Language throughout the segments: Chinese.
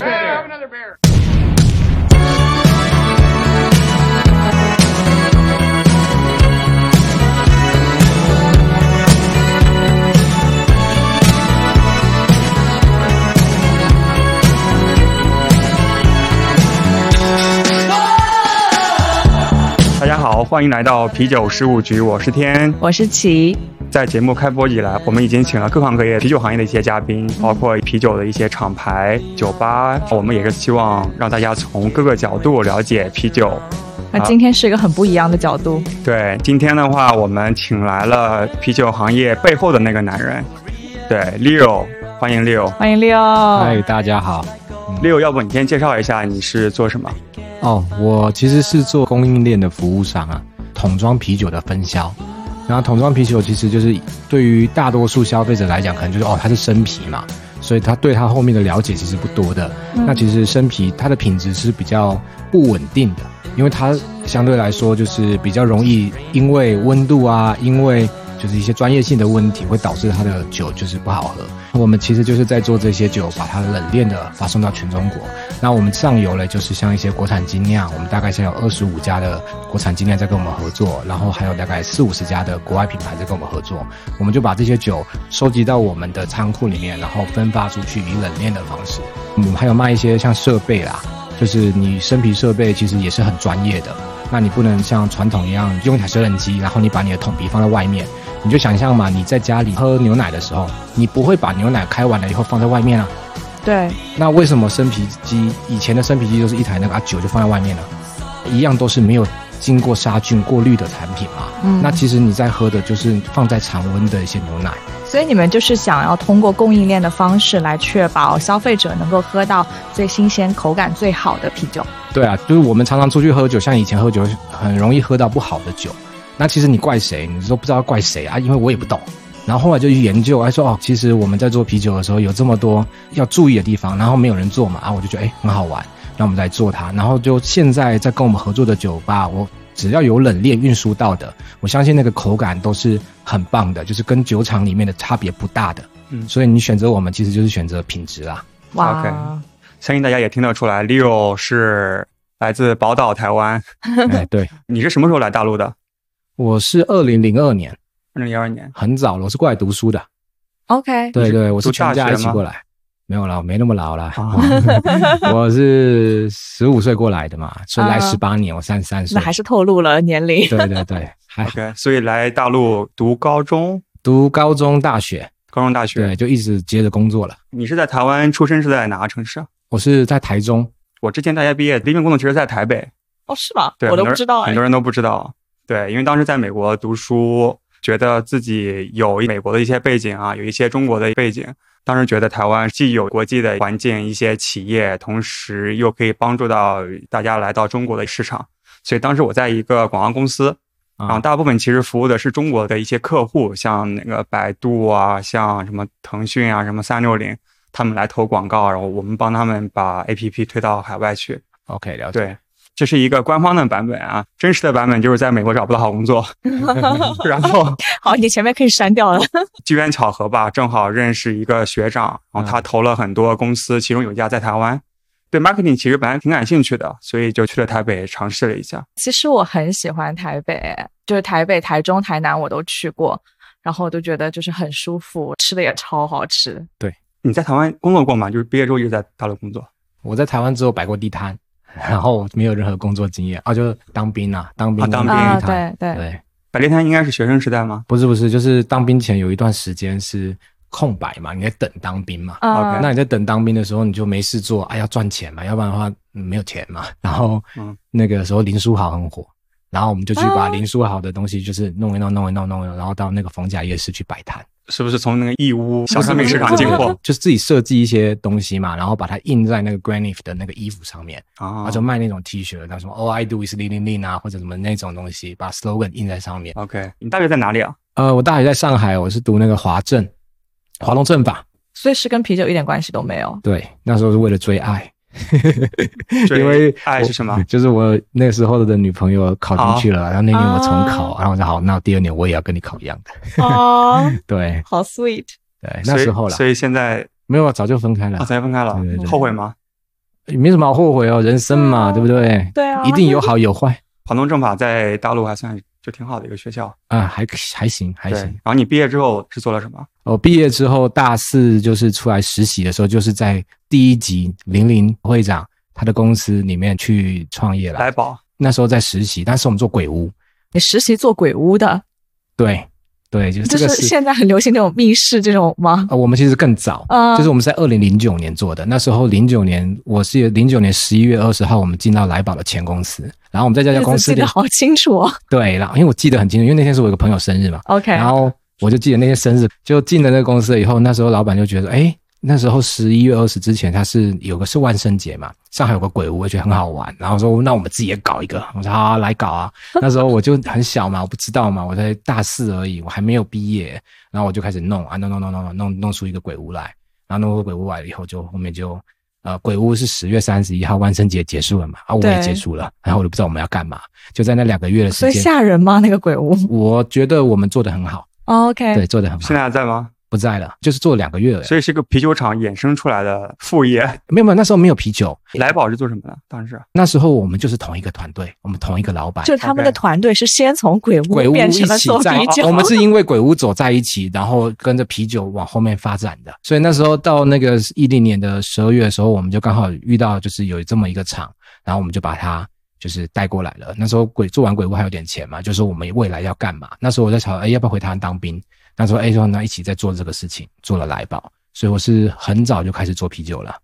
Brother Bear. Whoa! 大家好，欢迎来到啤酒事务局，我是天，我是齐。在节目开播以来，我们已经请了各行各业啤酒行业的一些嘉宾，包括啤酒的一些厂牌、酒吧。我们也是希望让大家从各个角度了解啤酒。那今天是一个很不一样的角度。啊、对，今天的话，我们请来了啤酒行业背后的那个男人，对，Leo，欢迎 Leo，欢迎 Leo。嗨，大家好。 Leo，要不你先介绍一下你是做什么？哦，我其实是做供应链的服务商啊，桶装啤酒的分销。然后桶装啤酒其实就是对于大多数消费者来讲，可能就是哦它是生啤嘛，所以他对它后面的了解其实不多的。嗯、那其实生啤它的品质是比较不稳定的，因为它相对来说就是比较容易因为温度啊，因为就是一些专业性的问题会导致它的酒就是不好喝。我们其实就是在做这些酒，把它冷链的发送到全中国。那我们上游嘞，就是像一些国产精酿，我们大概现在有二十五家的国产精酿在跟我们合作，然后还有大概四五十家的国外品牌在跟我们合作。我们就把这些酒收集到我们的仓库里面，然后分发出去，以冷链的方式。我们嗯还有卖一些像设备啦，就是你生啤设备其实也是很专业的。那你不能像传统一样用一台水冷机，然后你把你的桶皮放在外面。你就想象嘛，你在家里喝牛奶的时候，你不会把牛奶开完了以后放在外面啊。对。那为什么生啤机以前的生啤机就是一台那个啊酒就放在外面了？一样都是没有经过杀菌过滤的产品嘛。嗯。那其实你在喝的就是放在常温的一些牛奶。所以你们就是想要通过供应链的方式来确保消费者能够喝到最新鲜、口感最好的啤酒。对啊，就是我们常常出去喝酒，像以前喝酒很容易喝到不好的酒。那其实你怪谁，你都不知道怪谁啊，因为我也不懂。然后后来就去研究，还说哦，其实我们在做啤酒的时候有这么多要注意的地方，然后没有人做嘛，啊，我就觉得哎很好玩，那我们来做它。然后就哎现在在跟我们合作的酒吧，我只要有冷链运输到的，我相信那个口感都是很棒的，就是跟酒厂里面的差别不大的。嗯，所以你选择我们其实就是选择品质啦。哇，OK，相信大家也听得出来，Leo 是来自宝岛台湾。哎，对，你是什么时候来大陆的？我是二零零二年，二零零二 年很早了，我是过来读书的。 OK，对对，我是全家一起过来，没有啦，我没那么老啦。Oh. 我是十五岁过来的嘛，所以来十八年，uh, 我三十三岁，那还是透露了年龄。对对对，还 OK，所以来大陆读高中，读高中、大学，高中、大学，对，就一直接着工作了。你是在台湾出生，是在哪个城市啊？我是在台中，我之前大学毕业第一份工作其实在台北。哦，是吗？对，我都不知道、欸，很多人都不知道。对，因为当时在美国读书，觉得自己有美国的一些背景啊，有一些中国的背景。当时觉得台湾既有国际的环境、一些企业，同时又可以帮助到大家来到中国的市场。所以当时我在一个广告公司，然啊后啊大部分其实服务的是中国的一些客户，像那个百度啊，像什么腾讯啊，什么三六零，他们来投广告，然后我们帮他们把 APP 推到海外去。 OK，了解。对。这是一个官方的版本啊，真实的版本就是在美国找不到好工作， 然后好，你前面可以删掉了。机缘巧合吧，正好认识一个学长，然后他投了很多公司，其中有一家在台湾。对 marketing 其实本来挺感兴趣的，所以就去了台北尝试了一下。其实我很喜欢台北，就是台北、台中、台南我都去过，然后我都觉得就是很舒服，吃的也超好吃。对，你在台湾工作过吗？就是毕业之后一直在大陆工作。我在台湾只有摆过地摊。 然后没有任何工作经验啊，就是当兵啊，当兵、啊、当兵、啊，对对对，百丽滩应该是学生时代吗？不是不是，就是当兵前有一段时间是空白嘛，你在等当兵嘛。啊、 okay.，那你在等当兵的时候，你就没事做，哎、啊，要赚钱嘛，要不然的话、嗯、没有钱嘛。然后、嗯、那个时候林书豪很火，然后我们就去把林书豪的东西就是弄一弄弄一弄弄一弄，然后到那个逢甲夜市去摆摊。是不是从那个义乌小商品市场进 货？就是自己设计一些东西嘛，然后把它印在那个 Granif 的那个衣服上面，啊、哦，他就卖那种 T 恤，然后什么 All I Do Is l i n i n g l i n 啊，或者什么那种东西，把 slogan 印在上面。 OK，你大学在哪里啊？呃，我大学在上海，我是读那个华政，华东政法，所以是跟啤酒一点关系都没有。对，那时候是为了追爱。因为爱是什么？哦就是我那时候的女朋友考进去了，然后那年我重考，啊、然后我说好，那第二年我也要跟你考一样 的。哦， 对，好 sweet。对，那时候了，所以现在啊哦没有，早就分开了，早就分开了，对对对后悔吗？也没什么好后悔哦，人生嘛，对不对？对啊，一定有好有坏华东政法在大陆还算就挺好的一个学校，啊，还还行还对。行然。后你毕业之后是做了什么？我毕业之后大四就是出来实习的时候，就是在第一集零零会长他的公司里面去创业了。来宝，那时候在实习，但是我们做鬼屋，你实习做鬼屋的，对对，就是就是这个是现在很流行那种密室这种吗？呃，我们其实更早，啊就是我们是在二零零九年做的。那时候零九年，我是零九年十一月二十号，我们进到来宝的前公司，然后我们在这家日公子司记里得，好清楚哦。对，然后因为我记得很清楚，因为那天是我有个朋友生日嘛， OK，然后我就记得那天生日，就进了那个公司以后，那时候老板就觉得，哎，那时候十一月二十之前，他是有个是万圣节嘛，上海有个鬼屋，我觉得很好玩，然后说那我们自己也搞一个，我说好、啊、来搞啊。那时候我就很小嘛，我不知道嘛，我才大四而已，我还没有毕业，然后我就开始弄啊弄弄弄弄弄弄弄出一个鬼屋来，然后弄出鬼屋来了以后就，后面就。呃，鬼屋是十月三十一号万圣节结束了嘛？啊，我也对结束了，然后我就不知道我们要干嘛，就在那两个月的时所间，以吓人吗？那个鬼屋我觉得我们做的很好， ？OK，对，做的很好现。在还在吗？不在了，就是做两个月了。所以是个啤酒厂衍生出来的副业。没有没有，那时候没有啤酒，来宝是做什么的？当时那时候我们就是同一个团队，我们同一个老板。就他们的 OK 团队是先从鬼屋鬼屋一变成了起做在哦啤，酒，我们是因为鬼屋走在一起，然后跟着啤酒往后面发展的。所以那时候到那个一零年的十二月的时候，我们就刚好遇到就是有这么一个厂，然后我们就把它就是带过来了。那时候鬼做完鬼屋还有点钱嘛，就说我们未来要干嘛？那时候我在想，哎，要不要回台湾当兵？那时候哎说那一起在做这个事情，做了来宝，所以我是很早就开始做啤酒了。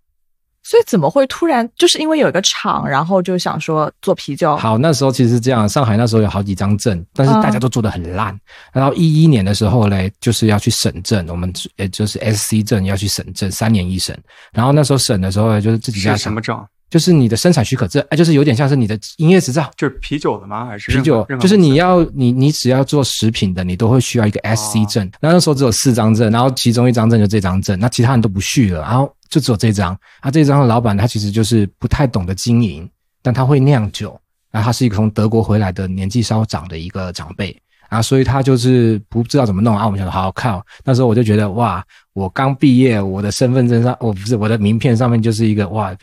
所以怎么会突然就是因为有一个厂，然后就想说做啤酒？好，那时候其实是这样，上海那时候有好几张证，但是大家都做的很烂。然后一一年的时候嘞，就是要去审证，我们也就是 SC 证要去审证，三年一审。然后那时候审的时候呢，就是自己家是什么证？就是你的生产许可证，哎，就是有点像是你的营业执照。就是啤酒的吗？还是啤酒任何就是你要你你只要做食品的，你都会需要一个 SC 证。那那时候只有四张证，然后其中一张证就这张证，那其他人都不续了，然后就只有这张。啊，这张的老板他其实就是不太懂得经营，但他会酿酒，然后他是一个从德国回来的年纪稍长的一个长辈。啊，所以他就是不知道怎么弄啊。我们想说，好靠，那时候我就觉得哇，我刚毕业，我的身份证上，哦我不是我的名片上面就是一个哇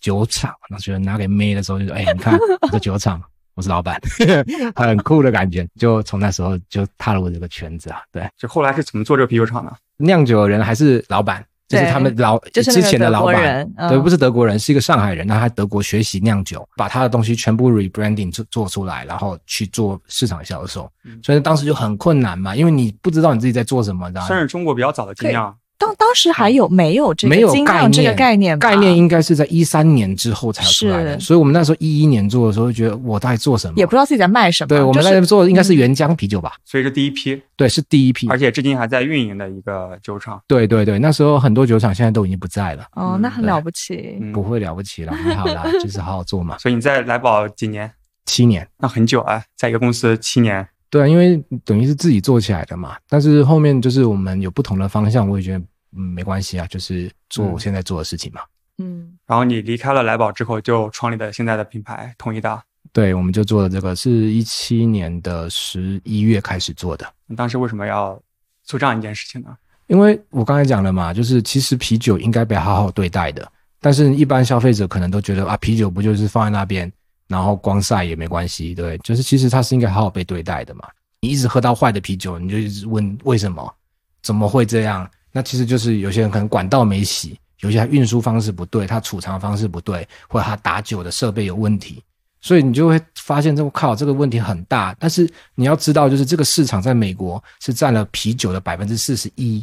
酒厂，那觉得拿给妹的时候就说，哎、你看我是酒厂，我是老板， 很酷的感觉。就从那时候就踏入这个圈子啊，对，就后来是怎么做这个啤酒厂的？酿酒的人还是老板，就是对他们老就是那之个前的德老国板，人，嗯对，不是是德国人，是一个上海人，那他德国学习酿酒，把他的东西全部 rebranding 做做出来，然后去做市场销售嗯，所以当时就很困难嘛，因为你不知道你自己在做什么，然后算是中国比较早的啊精酿，当当时还有没有这个没有精概酿念，这个概念吧？概念应该是在一三年之后才有出来的，是所以我们那时候一一年做的时候，就觉得我到底做什么？也不知道自己在卖什么。对，我们就那是嗯边做的应该是原浆啤酒吧？所以是第一批，对，是第一批而。且至今还在运营的一个酒厂。对对对，那时候很多酒厂现在都已经不在了，哦，那嗯很对了不起。嗯不，会了不起了，还好 啦，就是好好做嘛。所以你在来宝几年？七年。那很久啊，在一个公司七年。对啊，因为等于是自己做起来的嘛。但是后面就是我们有不同的方向，我也觉得嗯没关系啊，就是做嗯我现在做的事情嘛。嗯，然后你离开了来宝之后，就创立了现在的品牌统一大。对，我们就做了这个，是一七年的十一月开始做的。你当时为什么要做这样一件事情呢？因为我刚才讲了嘛，就是其实啤酒应该被好好对待的，但是一般消费者可能都觉得啊，啤酒不就是放在那边，然后光晒也没关系，对，就是其实它是应该好好被对待的嘛。你一直喝到坏的啤酒，你就一直问为什么，怎么会这样？那其实就是有些人可能管道没洗，有些他运输方式不对，他储藏方式不对，或者他打酒的设备有问题，所以你就会发现，这个靠这个问题很大。但是你要知道，就是这个市场在美国是占了啤酒的百分之四十一，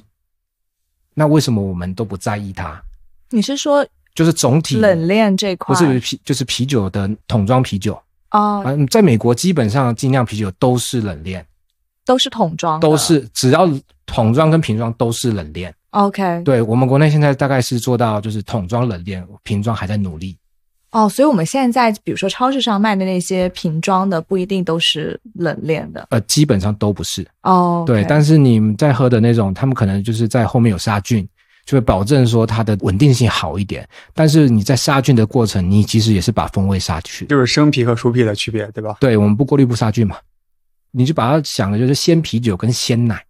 那为什么我们都不在意它？你是说就是总体冷链这块不是啤，就是啤酒的桶装啤酒哦，嗯，在美国基本上精酿啤酒都是冷链，都是桶装的，都是只要桶装跟瓶装都是冷链。嗯 OK。对我们国内现在大概是做到就是桶装冷链，瓶装还在努力。哦，所以我们现在比如说超市上卖的那些瓶装的，不一定都是冷链的呃，基本上都不是，哦。对， OK 但是你们在喝的那种，他们可能就是在后面有杀菌，就会保证说它的稳定性好一点。但是你在杀菌的过程，你其实也是把风味杀去。就是生啤和熟啤的区别，对吧？对，我们不过滤不杀菌嘛，你就把它想的就是鲜啤酒跟鲜奶，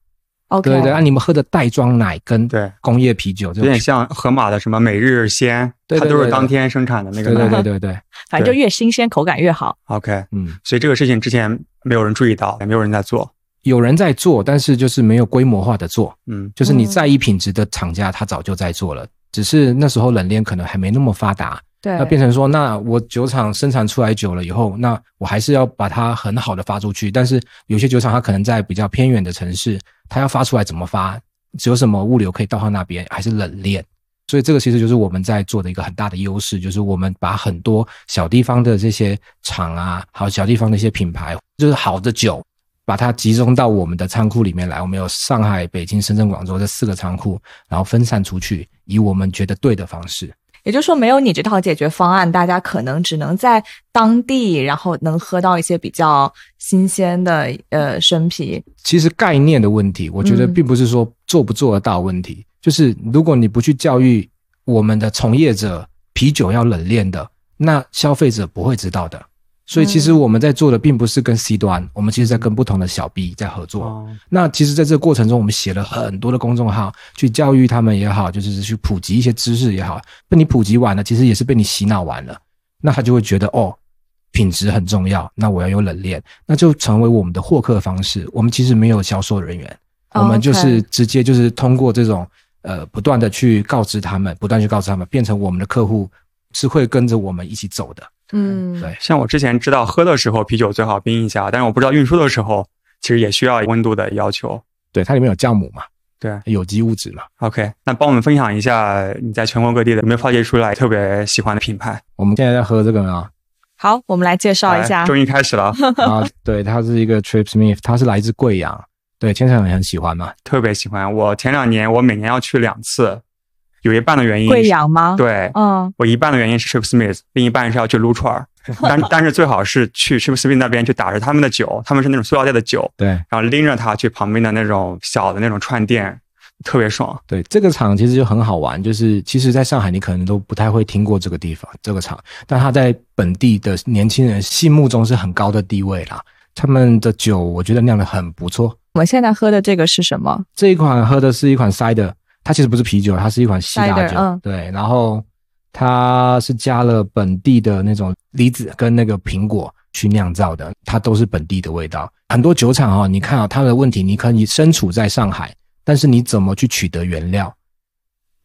OK，对对，啊，你们喝的袋装奶跟对工业啤酒这有种点像盒马的什么每日鲜，对对它都对是对当天生产的那对个对奶。对对对，反正就越新鲜口感越好。 OK，嗯，所以这个事情之前没有人注意到，也没有人在做。有人在做，但是就是没有规模化的做，嗯就是你在意品质的厂家，他早就在做了，只是那时候冷链可能还没那么发达，对，那变成说，那我酒厂生产出来酒了以后，那我还是要把它很好的发出去。但是有些酒厂它可能在比较偏远的城市，它要发出来怎么发？只有什么物流可以到它那边，还是冷链？所以这个其实就是我们在做的一个很大的优势，就是我们把很多小地方的这些厂啊，还有小地方的一些品牌，就是好的酒，把它集中到我们的仓库里面来。我们有上海、北京、深圳、广州这四个仓库，然后分散出去，以我们觉得对的方式。也就是说，没有你这套解决方案，大家可能只能在当地，然后能喝到一些比较新鲜的呃生啤。其实概念的问题，我觉得嗯并不是说做不做得到问题，就是如果你不去教育我们的从业者，啤酒要冷链的，那消费者不会知道的。所以其实嗯我们在做的并不是跟 C 端，我们其实在跟不同的小 B 在合作。哦那其实在这个过程中，我们写了很多的公众号，去教育他们也好，就是去普及一些知识也好。被你普及完了，其实也是被你洗脑完了，那他就会觉得哦，品质很重要，那我要有冷链，那就成为我们的获客方式。我们其实没有销售人员，哦我们就 OK 是直接就是通过这种呃不断的去告知他们，不断地去告知他们，变成我们的客户是会跟着我们一起走的。嗯对像我之前知道喝的时候啤酒最好冰一下，但是我不知道运输的时候其实也需要温度的要求。对，它里面有酵母嘛，对有机物质嘛。 ，OK，那帮我们分享一下你在全国各地的有没有发掘出来特别喜欢的品牌？哎我们现在在喝这个呢，好，我们来介绍一下来。终于开始 了，啊，对，它是一个 Trip Smith，它是来自贵阳，对，千层也很喜欢嘛。特别喜欢。我前两年我每年要去两次，有一半的原因是贵阳吗？，对，嗯，我一半的原因是 Trip Smith，另一半是要去撸 串儿。但但是最好是去 Trip Smith 那边去打着他们的酒，他们是那种塑料袋的酒，对然后拎着它去旁边的那种小的那种串店，特别爽。对，这个厂其实就很好玩，就是其实在上海你可能都不太会听过这个地方这个厂，但它在本地的年轻人心目中是很高的地位啦。他们的酒我觉得酿的很不错，我们现在喝的这个是什么？这一款喝的是一款 cider，它其实不是啤酒，它是一款西打 Cider，酒。嗯对，然后它是加了本地的那种梨子跟那个苹果去酿造的，它都是本地的味道。很多酒厂哦，你看啊、它的问题，你可以身处在上海，但是你怎么去取得原料？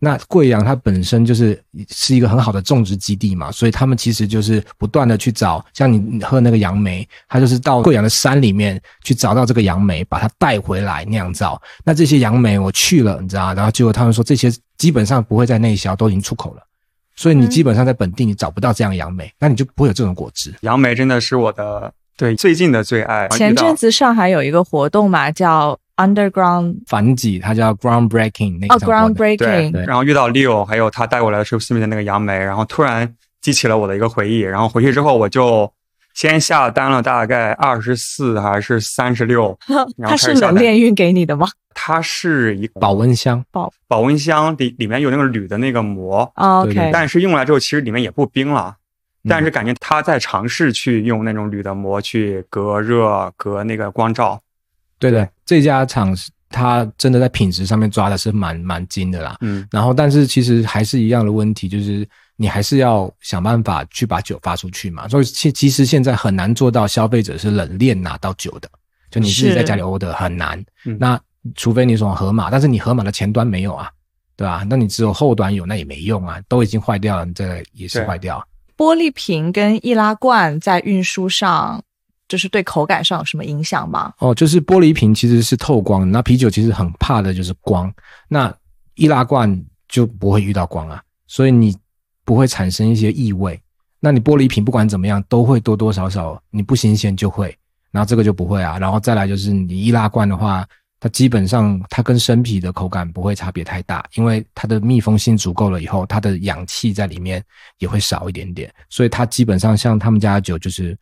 那贵阳它本身就是是一个很好的种植基地嘛，所以他们其实就是不断的去找，像你你喝那个杨梅，它就是到贵阳的山里面去找到这个杨梅，把它带回来酿造。那这些杨梅我去了，你知道吗，然后结果他们说这些基本上不会在内销，都已经出口了，所以你嗯基本上在本地你找不到这样的杨梅，那你就不会有这种果汁。杨梅真的是我的对最近的最爱。前阵子子上海有一个活动嘛，叫 Underground 反几它叫 groundbreaking 那哦个叫 Groundbreaking，对对，然后遇到 Leo，还有他带过来的 Trip Smith 的那个杨梅，然后突然激起了我的一个回忆。然后回去之后我就。先下单了大概二十四还是三十六， 然后它开是始下冷单。链运给你的吗？它是一个保温箱，保温箱里里面有那个铝的那个膜，哦对对 OK，但是用来之后，其实里面也不冰了，嗯但是感觉他在尝试去用那种铝的膜去隔热、隔那个光照。对的，这家厂是它真的在品质上面抓的是蛮蛮精的啦。嗯，然后，但是其实还是一样的问题，就是你还是要想办法去把酒发出去嘛。所以其其实现在很难做到消费者是冷链拿到酒的，就你自己是在家里 order 很难。嗯那除非你从盒马，但是你盒马的前端没有啊，对吧、那你只有后端有，那也没用啊，都已经坏掉了，你再也是对坏掉。玻璃瓶跟易拉罐在运输上，就是对口感上有什么影响吗？哦，就是玻璃瓶其实是透光的，那啤酒其实很怕的就是光，那易拉罐就不会遇到光啊，所以你不会产生一些异味。那你玻璃瓶不管怎么样都会多多少少，你不新鲜就会，然后这个就不会啊。然后再来就是你易拉罐的话，它基本上它跟生啤的口感不会差别太大，因为它的密封性足够了以后，它的氧气在里面也会少一点点，所以它基本上像他们家的酒就是，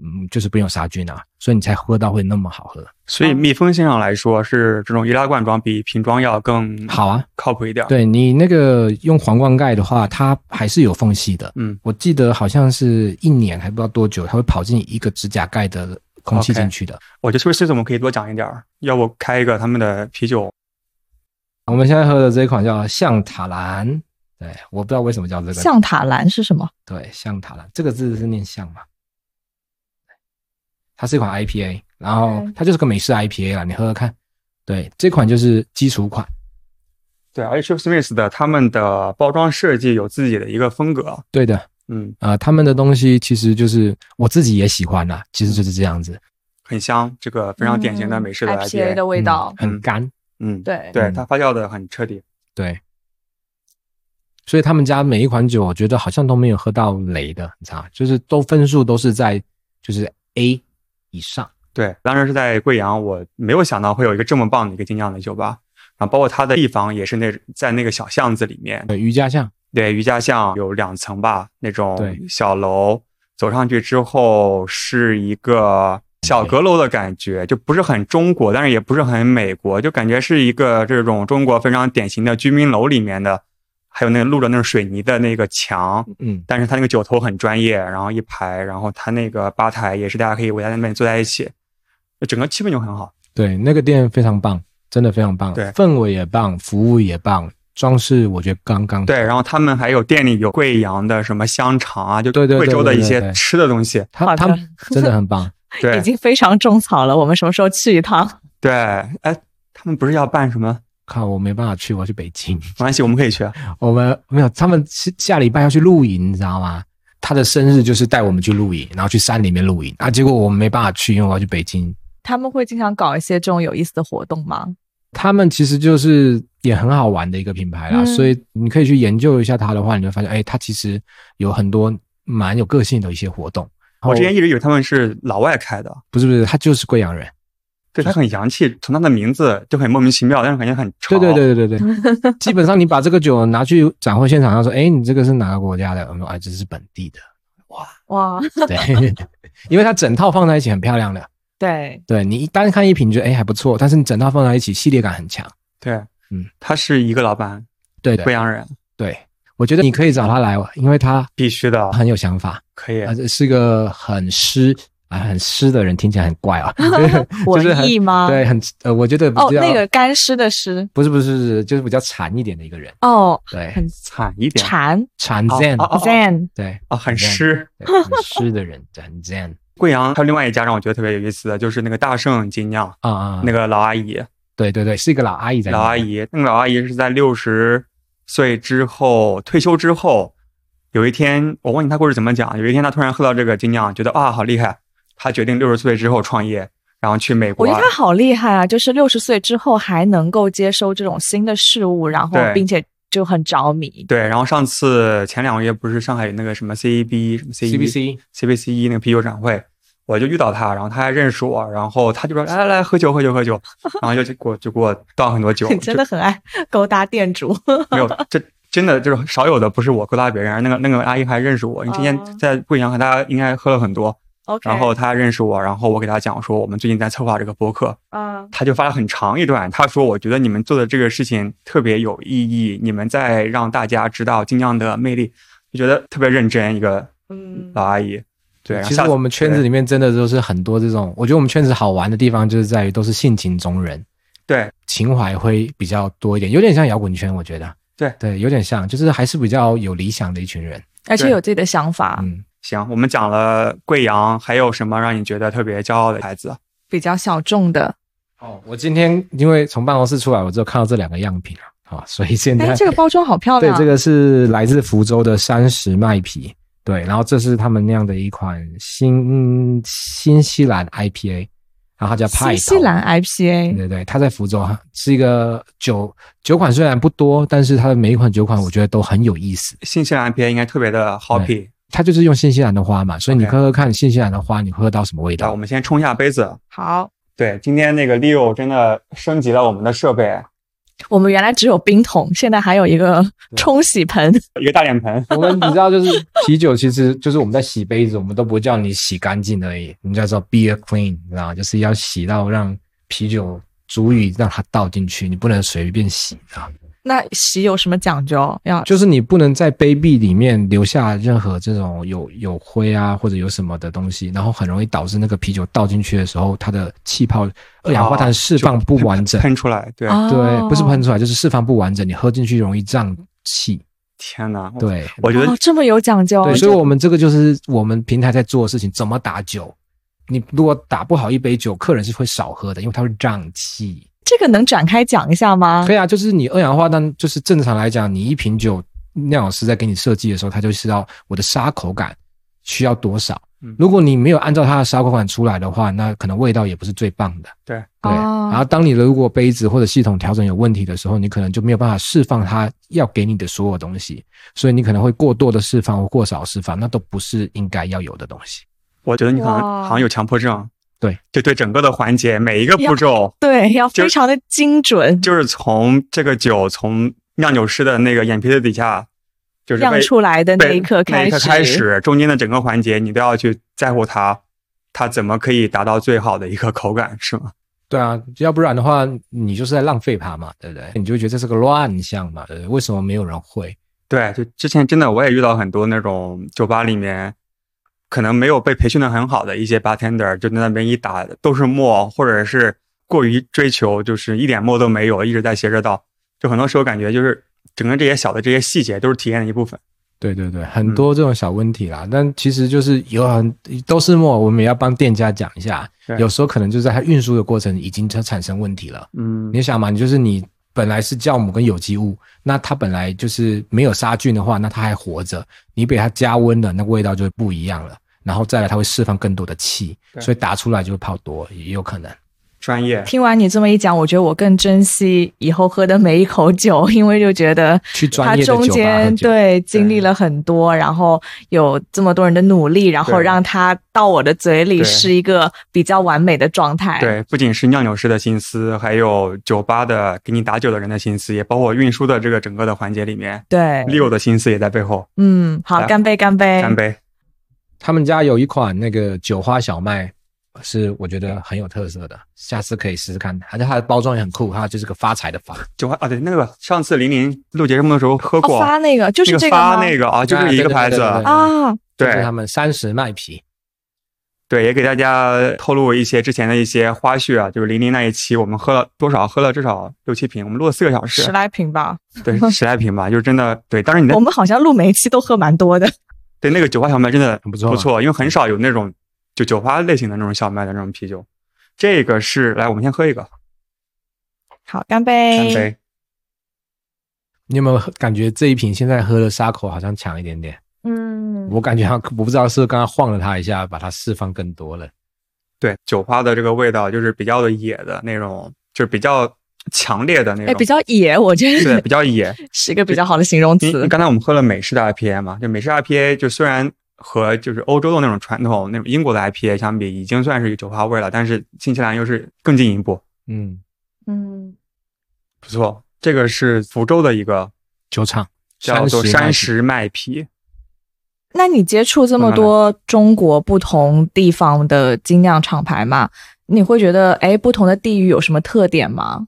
嗯，就是不用杀菌啊，所以你才喝到会那么好喝。所以密封性上来说，是这种易拉罐装比瓶装要更好啊，靠谱一点。，对你那个用皇冠盖的话，它还是有缝隙的。嗯，我记得好像是一年还不知道多久，它会跑进一个指甲盖的空气进去的。我觉得是不是这次我们可以多讲一点儿？要不开一个他们的啤酒？我们现在喝的这一款叫象塔兰，对，我不知道为什么叫这个，象塔兰是什么？对，象塔兰这个字是念象嘛？它是一款 IPA，然后嗯它就是个美式 IPA 啦，你喝喝看。对，这款就是基础款，对，H. Smith 的他们的包装设计有自己的一个风格。对的，嗯，呃，他们的东西其实就是我自己也喜欢啦，其实就是这样子，很香，这个非常典型的美式的嗯 IPA 的味道。嗯很干，嗯，对，对，嗯它发酵的很彻底。对。所以他们家每一款酒，我觉得好像都没有喝到雷的，你知道吗，就是都分数都是在就是 A 以上。对，当时是在贵阳，我没有想到会有一个这么棒的一个精酿的酒吧。然后包括它的地方也是那在那个小巷子里面，呃，瑜伽像，对，瑜伽巷有两层吧，那种对小楼，走上去之后是一个小阁楼的感觉，就不是很中国，但是也不是很美国，就感觉是一个这种中国非常典型的居民楼里面的，还有那个露着那种水泥的那个墙，嗯，但是他那个酒头很专业，然后一排，然后他那个吧台也是大家可以围在那边坐在一起，整个气氛就很好。对，那个店非常棒，真的非常棒，对氛围也棒，服务也棒，装饰我觉得刚刚对，然后他们还有店里有贵阳的什么香肠啊，就对对贵对州的一对对些对吃的东西。他好他的们真的很棒，对，已经非常种草了。我们什么时候去一趟？对，哎，他们不是要办什么？靠，我没办法去，我去北京，没关系，我们可以去。我们没有，他们下下礼拜要去露营，你知道吗？他的生日就是带我们去露营，然后去山里面露营啊，结果我们没办法去，因为我要去北京。他们会经常搞一些这种有意思的活动吗？他们其实就是也很好玩的一个品牌啦，嗯所以你可以去研究一下它的话，你会发现，哎，它其实有很多蛮有个性的一些活动。我之前然后一直以为他们是老外开的，不是不是，他就是贵阳人，对他很洋气，从他的名字就很莫名其妙，但是感觉很潮。对对对对对对，基本上你把这个酒拿去展会现场，他说：“哎，你这个是哪个国家的？”我们说：“哎，这是本地的。哇，”对，因为它整套放在一起很漂亮的。对，对你一单看一瓶觉得哎还不错，但是你整套放在一起系列感很强。对，嗯，他是一个老板，对贵的，阳人，对，我觉得你可以找他来，因为他必须的，很有想法，可以。而是个很诗啊很诗的人，听起来很怪啊， 就是文很艺吗？对，很呃，我觉得比较、哦，那个干湿的湿不是不是是就是比较馋一点的一个人，哦，对，很惨一点，馋馋哦 zen，、哦哦 zen 对，啊，很湿。对很诗的人，对很 zen 贵阳还有另外一家让我觉得特别有意思的，就是那个大圣精酿啊啊，那个老阿姨，对对对，是一个老阿姨在那老边阿，姨，那个老阿姨是在六十岁之后退休之后，有一天我忘记她故事怎么讲，有一天她突然喝到这个精酿，觉得啊好厉害，她决定六十岁之后创业，然后去美国我觉。得他好厉害啊！就是六十岁之后还能够接收这种新的事物，然后对并且就很着迷。对，然后上次前两个月不是上海有那个什么 CEB 什么 CBC CBC E 那个啤酒展会，我就遇到她，然后她还认识我，然后她就说来来来喝酒喝酒喝酒，然后就就给我就给我倒很多酒 ，你真的很爱勾搭店主，没有，这真的就是少有的，不是我勾搭别人，而那个那个阿姨还认识我，因为之哦前在贵阳和她应该喝了很多， OK，然后她认识我，然后我给她讲说我们最近在策划这个播客，嗯，她就发了很长一段，她说我觉得你们做的这个事情特别有意义，你们在让大家知道精酿的魅力，就觉得特别认真一个嗯老阿姨，对，然后其实下次我们圈子里面真的都是很多这种，我觉得我们圈子好玩的地方就是在于都是性情中人，对情怀会比较多一点，有点像摇滚圈，我觉得。对对，有点像，就是还是比较有理想的一群人。而且有自己的想啊法，嗯，行，我们讲了贵阳，还有什么让你觉得特别骄傲的孩子？比较小众的。哦，我今天因为从办公室出来，我只有看到这两个样品啊，啊，所以现在哎，这个包装好漂对亮，这个是来自福州的三十麦啤，对，然后这是他们酿的一款新新西兰 IPA，然后它叫派新头。嗯西兰对 IPA，对对，它在福州哈，是一个酒酒款虽然不多，但是它的每一款酒款我觉得都很有意思。新西兰 IPA 应该特别的 happy，它就是用新西兰的花嘛，所以你 OK 喝喝看新西兰的花，你喝到什么味来，道我？们先冲一下杯子。好，对，今天那个 Leo 真的升级了我们的设备，我们原来只有冰桶，现在还有一个冲洗盆，一个大脸盆。我们你知道，就是啤酒，其实就是我们在洗杯子，我们都不叫你洗干净而已，你叫做 beer clean，你知道吗，就是要洗到让啤酒足以让它倒进去，你不能随便洗，你知道吗那洗有什么讲究？要就是你不能在杯壁里面留下任何这种有有灰啊或者有什么的东西，然后很容易导致那个啤酒倒进去的时候，它的气泡二氧化碳释放不完哦整，喷出来，对，啊对，不是喷出来就是释放不完整，你喝进去容易胀气，天哪，我，对。我觉得哦，这么有讲究，对，所以就我们这个就是我们平台在做的事情，怎么打酒。你如果打不好一杯酒，客人是会少喝的，因为它会胀气。这个能展开讲一下吗可？以啊，就是你二氧化碳，就是正常来讲，你一瓶酒，酿酒师在给你设计的时候，他就是要我的沙口感需要多少嗯。如果你没有按照它的沙口感出来的话，那可能味道也不是最棒的。对，对，哦然后当你的如果杯子或者系统调整有问题的时候，你可能就没有办法释放它要给你的所有东西，所以你可能会过多的释放或过少释放，那都不是应该要有的东西。我觉得你可能哇好像有强迫症，对，就对整个的环节每一个步骤，对，要就非常的精准，就是从这个酒从酿酒师的那个眼皮子底下，就是酿被出来的那被一刻那开一刻开始始，中间的整个环节你都要去在乎它，它怎么可以达到最好的一个口感，是吗？对啊，要不然的话，你就是在浪费它嘛，对不对？你就会觉得这是个乱象嘛，对不对？为什么没有人会？对，就之前真的我也遇到很多那种酒吧里面，可能没有被培训的很好的一些 bartender，就在那边一打都是沫，或者是过于追求，就是一点沫都没有，一直在斜着倒。就很多时候感觉就是整个这些小的这些细节都是体验的一部分。对对嗯对，很多这种小问题啦，但其实就是有很都是末，我们也要帮店家讲一下对，有时候可能就在它运输的过程已经它产生问题了。嗯，你想嘛，你就是你本来是酵母跟有机物，那它本来就是没有杀菌的话，那它还活着，你给它加温了，那味道就会不一样了。然后再来，它会释放更多的气，对所以打出来就会泡多，也有可能。专业听完你这么一讲，我觉得我更珍惜以后喝的每一口酒，因为就觉得去专它业的中酒吧喝间酒，对经历了很多，然后有这么多人的努力，然后对让它到我的嘴里对是一个比较完美的状态。，对，不仅是酿酒师的心思，还有酒吧的给你打酒的人的心思，也包括运输的这个整个的环节里面对，Leo 的心思也在背后。嗯，好来，干杯，干杯，干杯！他们家有一款那个酒花小麦，是我觉得很有特色的，下次可以试试看。而且它的包装也很酷，它就是个发财的发，酒花啊，对，那个上次林林录节目的时候喝哦，过，发那个就是那这个发吗？那个啊，就啊是一个牌子，对对对对对啊，就是对他们三十麦皮。对，也给大家透露一些之前的一些花絮啊，就是零零那一期我们喝了多少，喝了至少六七瓶，我们录了四个小十时，来瓶吧。对， 十来瓶吧，就是真的对。当然你的我们好像录每一期都喝蛮多的。对那个酒花小麦真的很不错啊不错，因为很少有那种就酒花类型的那种小麦的那种啤酒。这个是来，我们先喝一个，好，干杯，干杯！你有没有感觉这一瓶现在喝的沙口好像强一点点？嗯，我感觉它，我不知道是刚刚晃了它一下，把它释放更多了。对，酒花的这个味道就是比较的野的那种，就是比较强烈的那哎，种，比较野，我觉对，得比较野。是一个比较好的形容因为词。刚才我们喝了美式的 IPA 嘛，就美式 IPA 就虽然和就是欧洲的那种传统那种英国的 IPA 相比，已经算是有酒花味了，但是新西兰又是更进一步，嗯，嗯，不错。这个是福州的一个酒厂叫做30麦山皮石麦皮，啊那你接触这么多中国不同地方的精酿厂牌嘛，你会觉得哎，不同的地域有什么特点吗？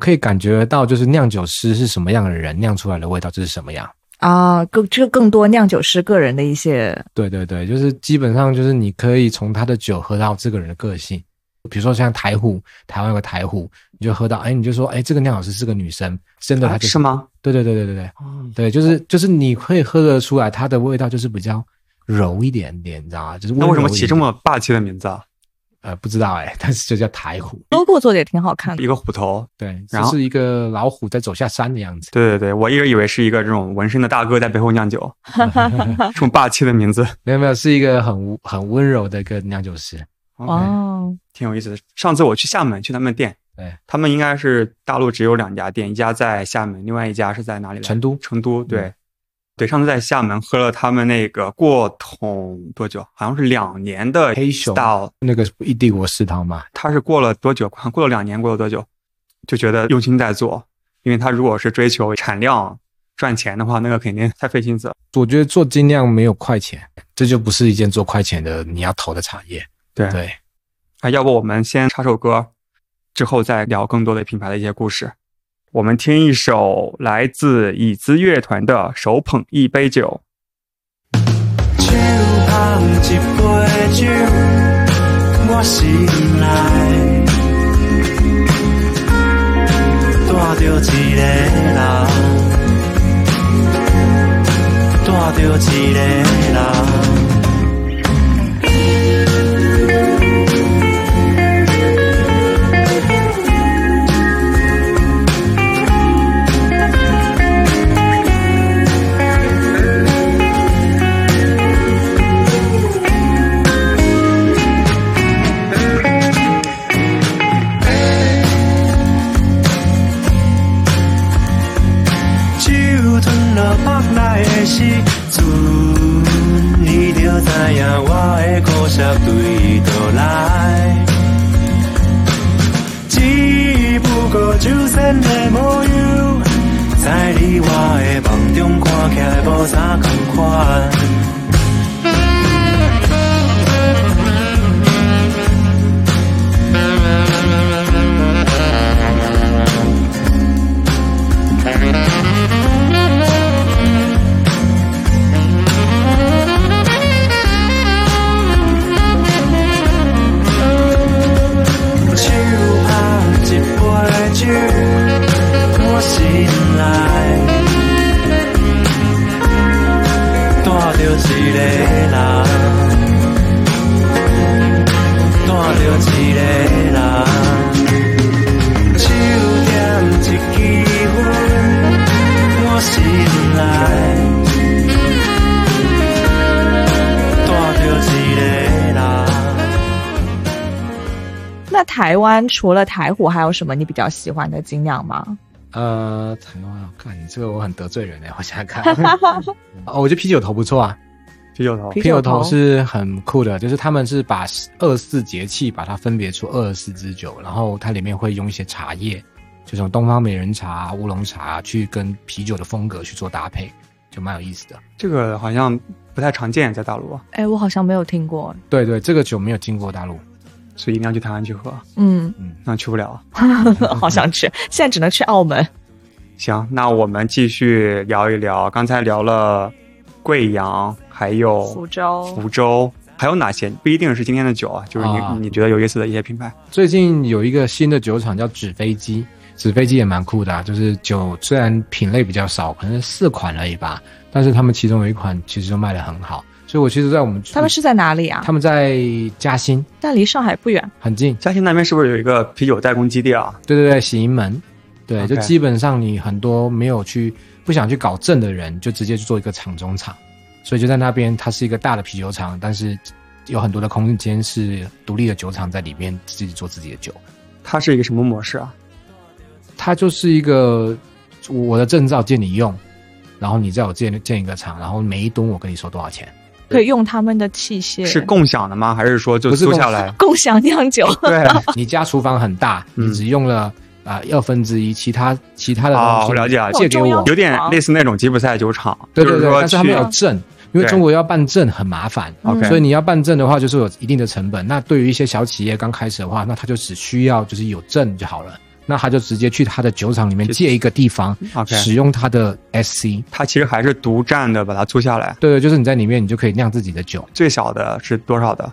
可以感觉到就是酿酒师是什么样的人，酿出来的味道就是什么样。啊，更这更多酿酒师个人的一些对对对，就是基本上就是你可以从他的酒喝到这个人的个性。比如说像台虎，台湾有个台虎，你就喝到，哎，你就说，哎，这个酿酒师是个女生，真的，她啊？就是嗯吗？对对对对对对对，就是就是你会喝得出来，它的味道就是比较柔一点点，你知道吗？就是那为什么温柔一起这点么霸气的名字啊？呃不知道哎、但是就叫台虎， logo 做的也挺好看的。一个虎头，对，然就后是一个老虎在走下山的样子。对对对，我一直以为是一个这种纹身的大哥在背后酿酒， 这么霸气的名字，没有没有，是一个很温很温柔的一个酿酒师。哦，挺有意思的。上次我去厦门去他们店，对，他们应该是大陆只有两家店，一家在厦门，另外一家是在哪里来着？成都嗯成都，对，对。上次在厦门喝了他们那个过桶多久？好像是两年的黑熊 style，那个异帝国食堂嘛，他是过了多久？好像过了两年，过了多久？就觉得用心在做，因为他如果是追求产量赚钱的话，那个肯定太费心思了。我觉得做精酿没有快钱，这就不是一件做快钱的你要投的产业。对对，啊，要不我们先插首歌，之后再聊更多的品牌的一些故事。我们听一首来自椅子乐团的《手捧一杯酒》。手捧一杯酒，我心内带着一个人，带着一个人。酒吞落腹内的时阵，你就知影我的苦涩对倒来。只不过酒仙的模样，在你我的梦中看起来无啥同款。手捧一杯酒，我心内带着一个人，带着一个人。手点一支烟，我心内带着一个人。那台湾除了台虎，还有什么你比较喜欢的精酿吗？呃，台湾啊，看你这个我很得罪人哎，我想 想看。哦，我觉得啤酒头不错啊，啤酒头啤啤酒酒头头是很酷的，就是他们是把二十四节气把它分别出二十四支酒，然后它里面会用一些茶叶，就种东方美人茶、乌龙茶去跟啤酒的风格去做搭配，就蛮有意思的。这个好像不太常见，在大陆，哎，我好像没有听过。对对，这个酒没有进过大陆，所以一定要去台湾去喝，嗯，嗯，那去不了。 啊好想吃，现在只能去澳门。行，那我们继续聊一聊，刚才聊了贵阳，还有福州福州，还有哪些？不一定是今天的酒啊，就是你、啊你觉得有意思的一些品牌。最近有一个新的酒厂叫纸飞机，纸飞机也蛮酷的、啊，就是酒虽然品类比较少，可能四款而已吧，但是他们其中有一款其实就卖得很好，所以我其实在我们嗯他们是在哪里啊他？们在嘉兴但离上海不远。很近，嘉兴那边是不是有一个啤酒代工基地啊？对对对，喜盈门，对 OK 就基本上你很多没有去不想去搞正的人，就直接去做一个厂中厂，所以就在那边，它是一个大的啤酒厂，但是有很多的空间是独立的酒厂在里面自己做自己的酒。它是一个什么模式啊？它就是一个我的证照借你用，然后你在我建建一个厂，然后每一吨我跟你收多少 钱？可以用他们的器械，是共享的吗？还是说就不是租共下来？ 啊共享酿酒。对，你家厨房很大，嗯你只用了啊二分之一，其他其他的哦东西我了解了借给中央我，有点类似那种吉普赛酒厂，对对就对，是但是他说们去有证，因为对中国要办证很麻烦。 OK 所以你要办证的话，就是有一定的成本。那对于一些小企业刚开始的话，那他就只需要就是有证就好了。那他就直接去他的酒厂里面去借一个地方， OK，使用他的 SC。它其实还是独占的，把它租下来。对对，就是你在里面你就可以酿自己的酒。最小的是多少的？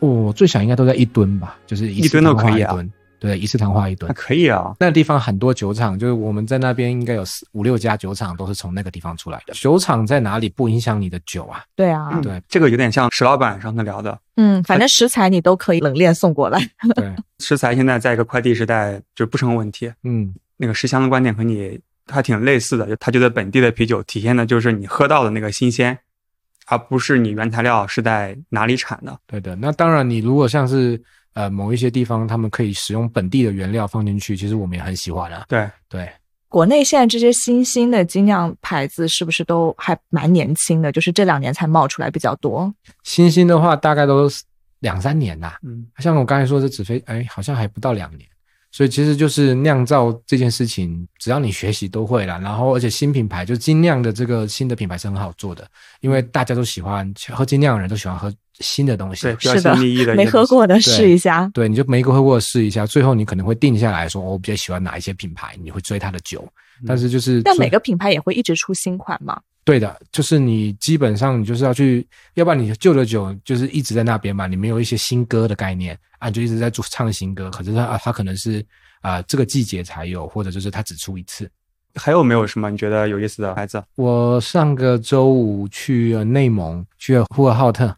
我最想应该都在一吨吧，就是一次吨都可糖化以一啊吨，对，一次糖化一那吨。可以啊，那地方很多酒厂，就是我们在那边应该有四五六家酒厂都是从那个地方出来的。酒厂在哪里不影响你的酒 啊？对啊，嗯对，这个有点像石老板上次聊的，嗯，反正食材你都可以冷链送过来。 对，食材现在在一个快递时代就不成问题。嗯，那个石祥的观点和你还挺类似的，就他觉得本地的啤酒体现的就是你喝到的那个新鲜，而不是你原材料是在哪里产的。对的。那当然，你如果像是呃某一些地方，他们可以使用本地的原料放进去，其实我们也很喜欢啊。对，对，国内现在这些新兴的精酿牌子是不是都还蛮年轻的？就是这两年才冒出来比较多。新兴的话大概都是两三年呐、嗯，像我刚才说的纸飞，哎，好像还不到两年，所以其实就是酿造这件事情，只要你学习都会啦。然后，而且新品牌就精酿的这个新的品牌是很好做的，因为大家都喜欢喝精酿的人都喜欢喝新的东西对，。比较是的新立意的一没个喝东西过的试一下。对，你就每一个喝过的试一下，最后你可能会定下来说，哦我比较喜欢哪一些品牌，你会追它的酒。但是就是，但每个品牌也会一直出新款嘛？对的，就是你基本上你就是要去，要不然你旧的酒就是一直在那边嘛，你没有一些新歌的概念啊，你就一直在做唱新歌，可是它啊，它可能是啊、这个季节才有，或者就是它只出一次。还有没有什么你觉得有意思的牌子？我上个周五去了内蒙，去了呼和浩特，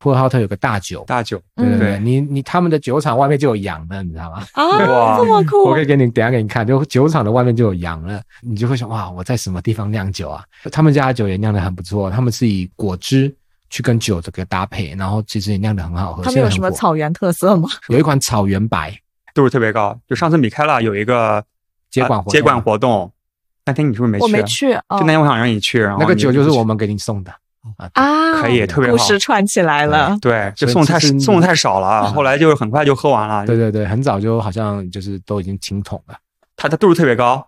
呼和浩特有个大酒，大酒，对对对，对你你他们的酒厂外面就有羊的，你知道吗？啊，哇这么酷我可！以给你等一下给你看，就酒厂的外面就有羊了，你就会想哇，我在什么地方酿酒啊？他们家的酒也酿得很不错，他们是以果汁去跟酒这个搭配，然后其实也酿得很好喝。他们有现什在么很火？草原特色吗？有一款草原白度数特别高。就上次米开朗有一个接管呃活动接管活动，那天你是不是没去？我没。去啊就那天我想让你去，然后那个你酒就是不去我们给你送的啊，啊！可以特别故好。事串起来了。对，就所以送太其实送太少了，嗯后来就很快就喝完了。对对对，很早就好像就是都已经清桶了。它它度数特别高。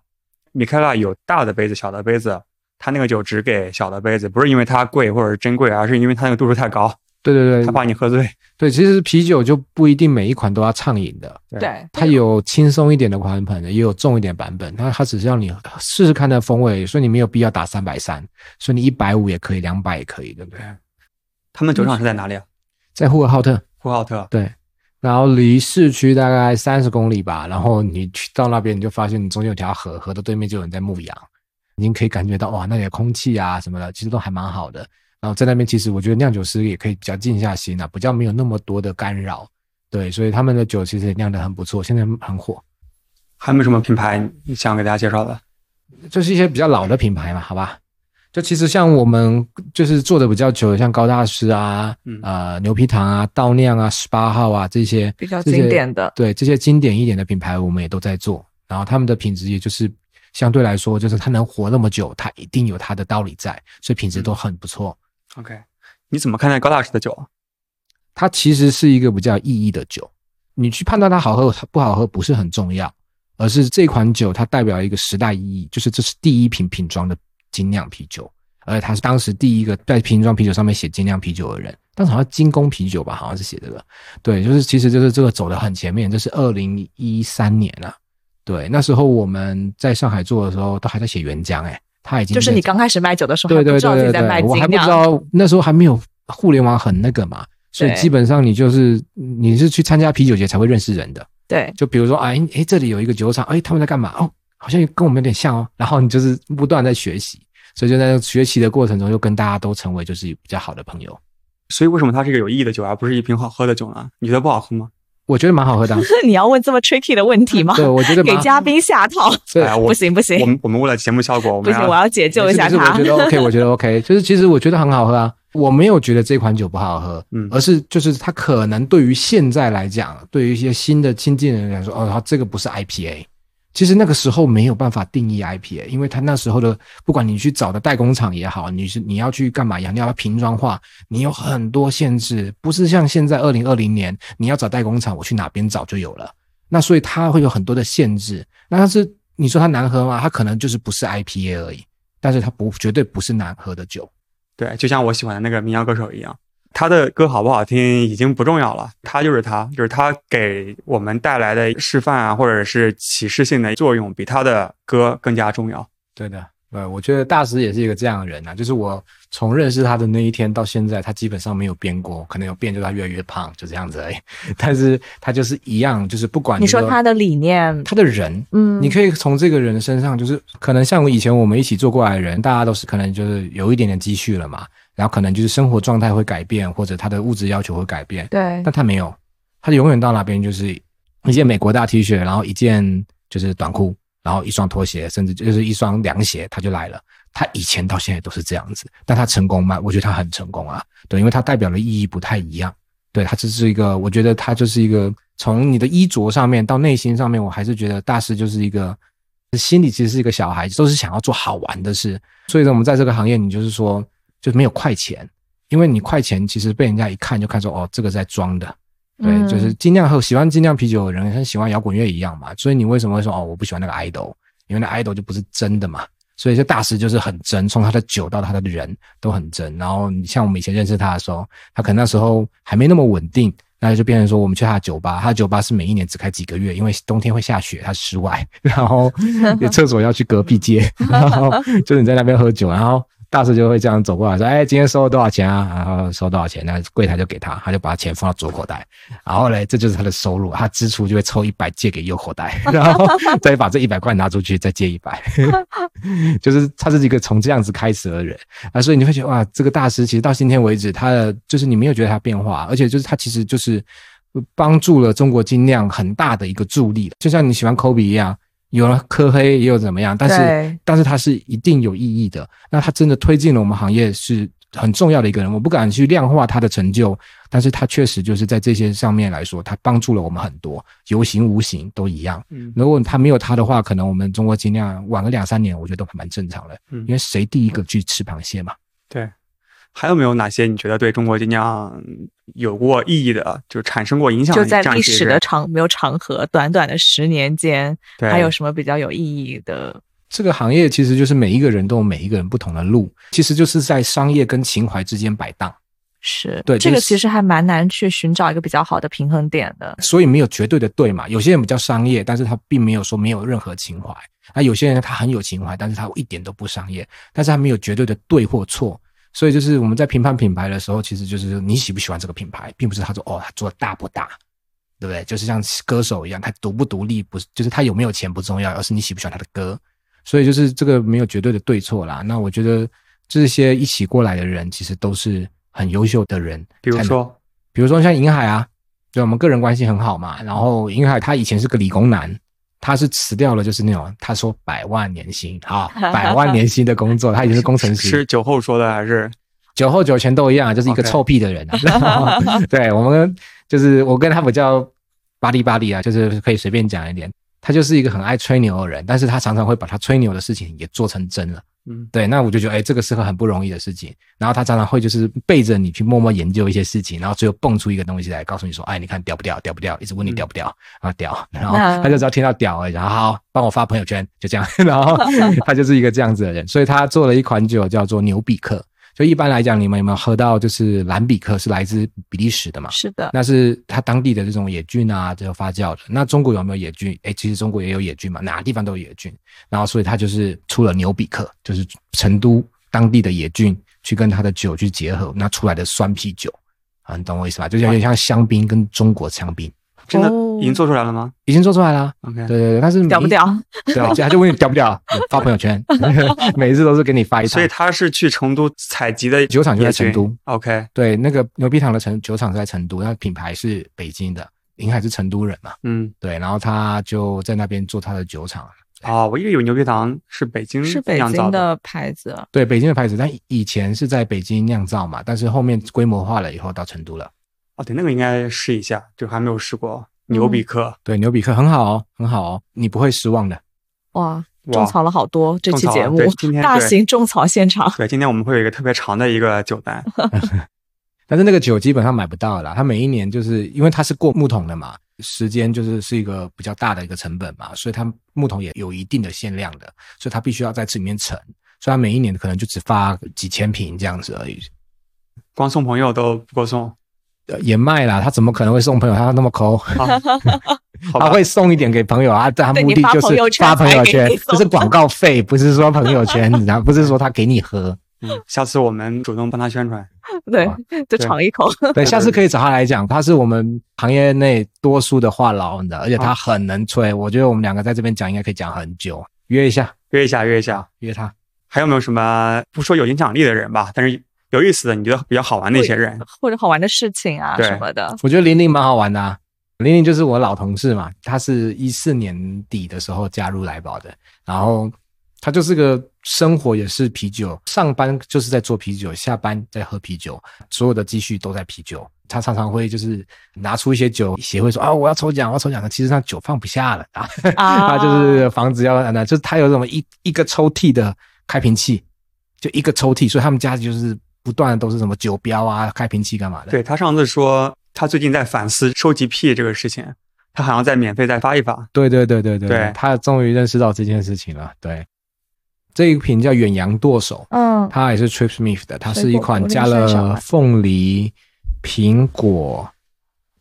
米开朗有大的杯子、小的杯子，它那个酒只给小的杯子，不是因为它贵或者是真贵，而是因为它那个度数太高，对对它对怕你喝醉。对，其实啤酒就不一定每一款都要畅饮的，对对，啊它有轻松一点的版本的，也有重一点版本。它它只是让你试试看的风味，所以你没有必要打三百三，所以你一百五也可以，两百也可以，对不对？他们酒厂是在哪里啊？在呼和浩特，呼和浩特。对，然后离市区大概三十公里吧。然后你去到那边，你就发现你中间有条河，河的对面就有人在牧羊，已经可以感觉到哇，那里的空气啊什么的，其实都还蛮好的。然后在那边，其实我觉得酿酒师也可以比较静下心啊，比较没有那么多的干扰。对，所以他们的酒其实也酿得很不错，现在很火。还有没有什么品牌你想给大家介绍的？就是一些比较老的品牌嘛，好吧？就其实像我们就是做的比较久的，像高大师啊，嗯呃，牛皮糖啊，倒酿啊，十八号啊这些比较这些经典的对这些经典一点的品牌，我们也都在做。然后他们的品质也就是相对来说，就是它能活那么久，它一定有它的道理在，所以品质都很不错。 OK，你怎么看待高大师的酒？它其实是一个比较有意义的酒，你去判断它好喝它不好喝不是很重要，而是这款酒它代表一个时代意义，就是这是第一瓶瓶装的精酿啤酒，而且它是当时第一个在瓶装啤酒上面写精酿啤酒的人，当时好像精工啤酒吧，好像是写这个，对，就是其实就是这个走得很前面，这是二零一三年啊，对，那时候我们在上海做的时候，都还在写原浆，哎，他已经就是在你刚开始卖酒的时候，对还不对知道对自己对在卖对，我还精不知酿，道那时候还没有互联网很那个嘛，所以对基本上你就是你是去参加啤酒节才会认识人的。对， 就比如说，哎哎，这里有一个酒厂，哎，他们在干嘛？哦，好像跟我们有点像哦。然后你就是不断地在学习，所以就在学习的过程中，就跟大家都成为就是比较好的朋友。所以为什么它是一个有意义的酒，而不是一瓶好喝的酒呢？你觉得不好喝吗？我觉得蛮好 喝的啊，你要问这么 tricky 的问题吗？对我觉得给蛮嘉宾下套，对哎呀我不行不行我们我们为了节目效果，我不们行，我要解救一下不是不他是我。觉得 OK，我觉得 OK，就是其实我觉得很好喝啊。我没有觉得这款酒不好喝，嗯而是就是它可能对于现在来讲，对于一些新的亲近人来说，哦，它这个不是 IPA。其实那个时候没有办法定义 IPA，因为它那时候的，不管你去找的代工厂也好，你是你要去干嘛呀？你要瓶装化，你有很多限制，不是像现在二零二零年，你要找代工厂，我去哪边找就有了。那所以它会有很多的限制。那它是你说它难喝吗？它可能就是不是 IPA 而已，但是它不绝对不是难喝的酒。对，就像我喜欢的那个民谣歌手一样，他的歌好不好听已经不重要了，他就是他，就是他给我们带来的示范啊，或者是启示性的作用，比他的歌更加重要。对的，对，我觉得大师也是一个这样的人啊，就是我从认识他的那一天到现在，他基本上没有变过，可能有变就是他越来越胖，就这样子而已。 但是他就是一样，就是不管你说他的的理念，他的人，嗯，你可以从这个人身上，就是可能像我以前我们一起做过来的人，大家都是可能就是有一点点积蓄了嘛，然后可能就是生活状态会改变，或者他的物质要求会改变，对但他没有，他永远到那边就是一件美国大 T 恤，然后一件就是短裤，然后一双拖鞋，甚至就是一双凉鞋，他就来了。他以前到现在都是这样子，但他成功吗？我觉得他很成功啊，对，因为他代表的意义不太一样。对他只是一个，我觉得他就是一个从你的衣着上面到内心上面，我还是觉得大师就是一个心里其实是一个小孩子，都是想要做好玩的事。所以呢，我们在这个行业，你就是说就是没有快钱，因为你快钱其实被人家一看就看出哦，这个在装的。对，嗯就是精酿喝喜欢精酿啤酒的人跟喜欢摇滚乐一样嘛，所以你为什么会说哦我不喜欢那个 idol？因为那 idol 就不是真的嘛，所以这大师就是很真，从他的酒到他的人都很真。然后你像我们以前认识他的时候，他可能那时候还没那么稳定，那就变成说我们去他的酒吧，他的酒吧是每一年只开几个月，因为冬天会下雪，他室外， 然后厕所要去隔壁街，然后就是你在那边喝酒，然后。大师就会这样走过来说：“哎，今天收了多少钱啊？然后收多少钱？那柜台就给他，他就把钱放到左口袋，然后嘞，这就是他的收入，他支出就会抽一百借给右口袋，然后再把这一百块拿出去，再借一百， 就是他是一个从这样子开始的人啊，所以你会觉得哇，这个大师其实到今天为止，他的就是你没有觉得他变化，而且就是他其实就是帮助了中国精酿很大的一个助力，就像你喜欢科比一样。”有了科黑也有怎么样，但是对但是他是一定有意义的。那他真的推进了我们行业是很重要的一个人，我不敢去量化他的成就，但是他确实就是在这些上面来说，他帮助了我们很多，有形无形都一样。嗯如果他没有他的话，可能我们中国尽量晚个两三年，我觉得都蛮正常的，嗯因为谁第一个去吃螃蟹嘛？对，还有没有哪些你觉得对中国精酿有过意义的，就产生过影响就的在这样历一些史人的长没有长河，短短的十年间，对，还有什么比较有意义的？这个行业其实就是每一个人都有每一个人不同的路，其实就是在商业跟情怀之间摆荡。是，对这就个是其实还蛮难去寻找一个比较好的平衡点的。所以没有绝对的对嘛。有些人比较商业，但是他并没有说没有任何情怀。那有些人他很有情怀，但是他一点都不商业，但是他没有绝对的对或错。所以就是我们在评判品牌的时候，其实就是你喜不喜欢这个品牌，并不是他说哦他做的大不大，对不对？就是像歌手一样，他独不独立不是，就是他有没有钱不重要，而是你喜不喜欢他的歌。所以就是这个没有绝对的对错啦。那我觉得这些一起过来的人，其实都是很优秀的人。比如才能说，比如说像银海啊，就我们个人关系很好嘛。然后银海他以前是个理工男，他是辞掉了就是那种他说百万年薪 啊，百万年薪的工作，他以前是工程师是，酒后说的还是酒后酒前都一样，就是一个 OK 臭屁的人啊。 然后对我们就是我跟他比较巴里巴里啊，就是可以随便讲一点。他就是一个很爱吹牛的人，但是他常常会把他吹牛的事情也做成真了。嗯对，那我就觉得，哎、这个是个很不容易的事情。然后他常常会就是背着你去默默研究一些事情，然后最后蹦出一个东西来，告诉你说，哎，你看屌不屌？屌不屌？一直问你嗯屌不屌，然后屌，然后那他就只要听到屌而已，然后好，帮我发朋友圈，就这样。 然 后他就是一个这样子的人，所以他做了一款酒叫做牛比克。就一般来讲，你们有没有喝到就是蓝比克是来自比利时的啊嘛？是的，那是它当地的这种野菌啊，这个发酵的。那中国有没有野菌？哎，其实中国也有野菌嘛，哪个地方都有野菌。然后所以它就是出了牛比克，就是成都当地的野菌去跟它的酒去结合，那出来的酸啤酒啊，你懂我意思吧？就有点像香槟跟中国香槟，真的哦已经做出来了吗已经做出来了。 ？OK，对对对，但是每一屌不？屌？对啊，他就问你屌不屌，发朋友圈， 每一次都是给你发一所趟以。他是去成都采集的啊酒厂就在野菌成都。 OK，对，那个牛皮糖的成酒厂是在成都，那品牌是北京的，银海是成都人嘛。嗯，对，然后他就在那边做他的酒厂。啊哦，我一直以为牛皮糖是北京是北酿造京的，的牌子，对，北京的牌子，但以前是在北京酿造嘛，但是后面规模化了以后到成都了。哦，对，那个应该试一下，就还没有试过嗯牛比克。对，牛比克很好哦，很好哦，你不会失望的。哇，哇种草了好多这期种草节了目对今天，大对型种草现场。对，今天我们会有一个特别长的一个酒单，但是那个酒基本上买不到了啦，它每一年就是因为它是过木桶的嘛，时间就是是一个比较大的一个成本嘛，所以它木桶也有一定的限量的，所以它必须要在这里面沉，所以它每一年可能就只发几千瓶这样子而已。光送朋友都不够送。呃也卖啦，他怎么可能会送朋友？他那么抠，好，好他吧，啊会送一点给朋友啊，但他对目你的发就朋友是圈发朋友才给圈你，这送是广告费，不是说朋友圈，然后不是说他给你 喝。嗯下次我们主动帮他宣传。对好，就对尝一口。 对，下次可以找他来讲，他是我们行业内多数的话痨，你知道，而且他很能吹。我觉得我们两个在这边讲应该可以讲很久，约一下，约一下，约一下。约他。还有没有什么不说有影响力的人吧，但是有意思的，你觉得比较好玩的一些人？或者好玩的事情啊对什 么的。我觉得玲玲蛮好玩的、啊，玲玲就是我老同事嘛，她是一四年底的时候加入来宝的，然后她就是个生活也是啤酒，上班就是在做啤酒，下班在喝啤酒，所有的积蓄都在啤酒。她常常会就是拿出一些酒，协会说啊我要抽奖，我要抽奖，但其实她酒放不下了 啊，啊他就是房子要那，就是他有什么一一个抽屉的开瓶器，就一个抽屉，所以他们家就是不断的都是什么酒标啊、开瓶器干嘛的。对他上次说，他最近在反思收集癖这个事情，他好像在免费再发一发。对对对对对对他终于认识到这件事情了。对，这一瓶叫远洋剁手，嗯，它也是 Trip Smith 的，它水是一果款果加粒山上了买凤梨、苹果、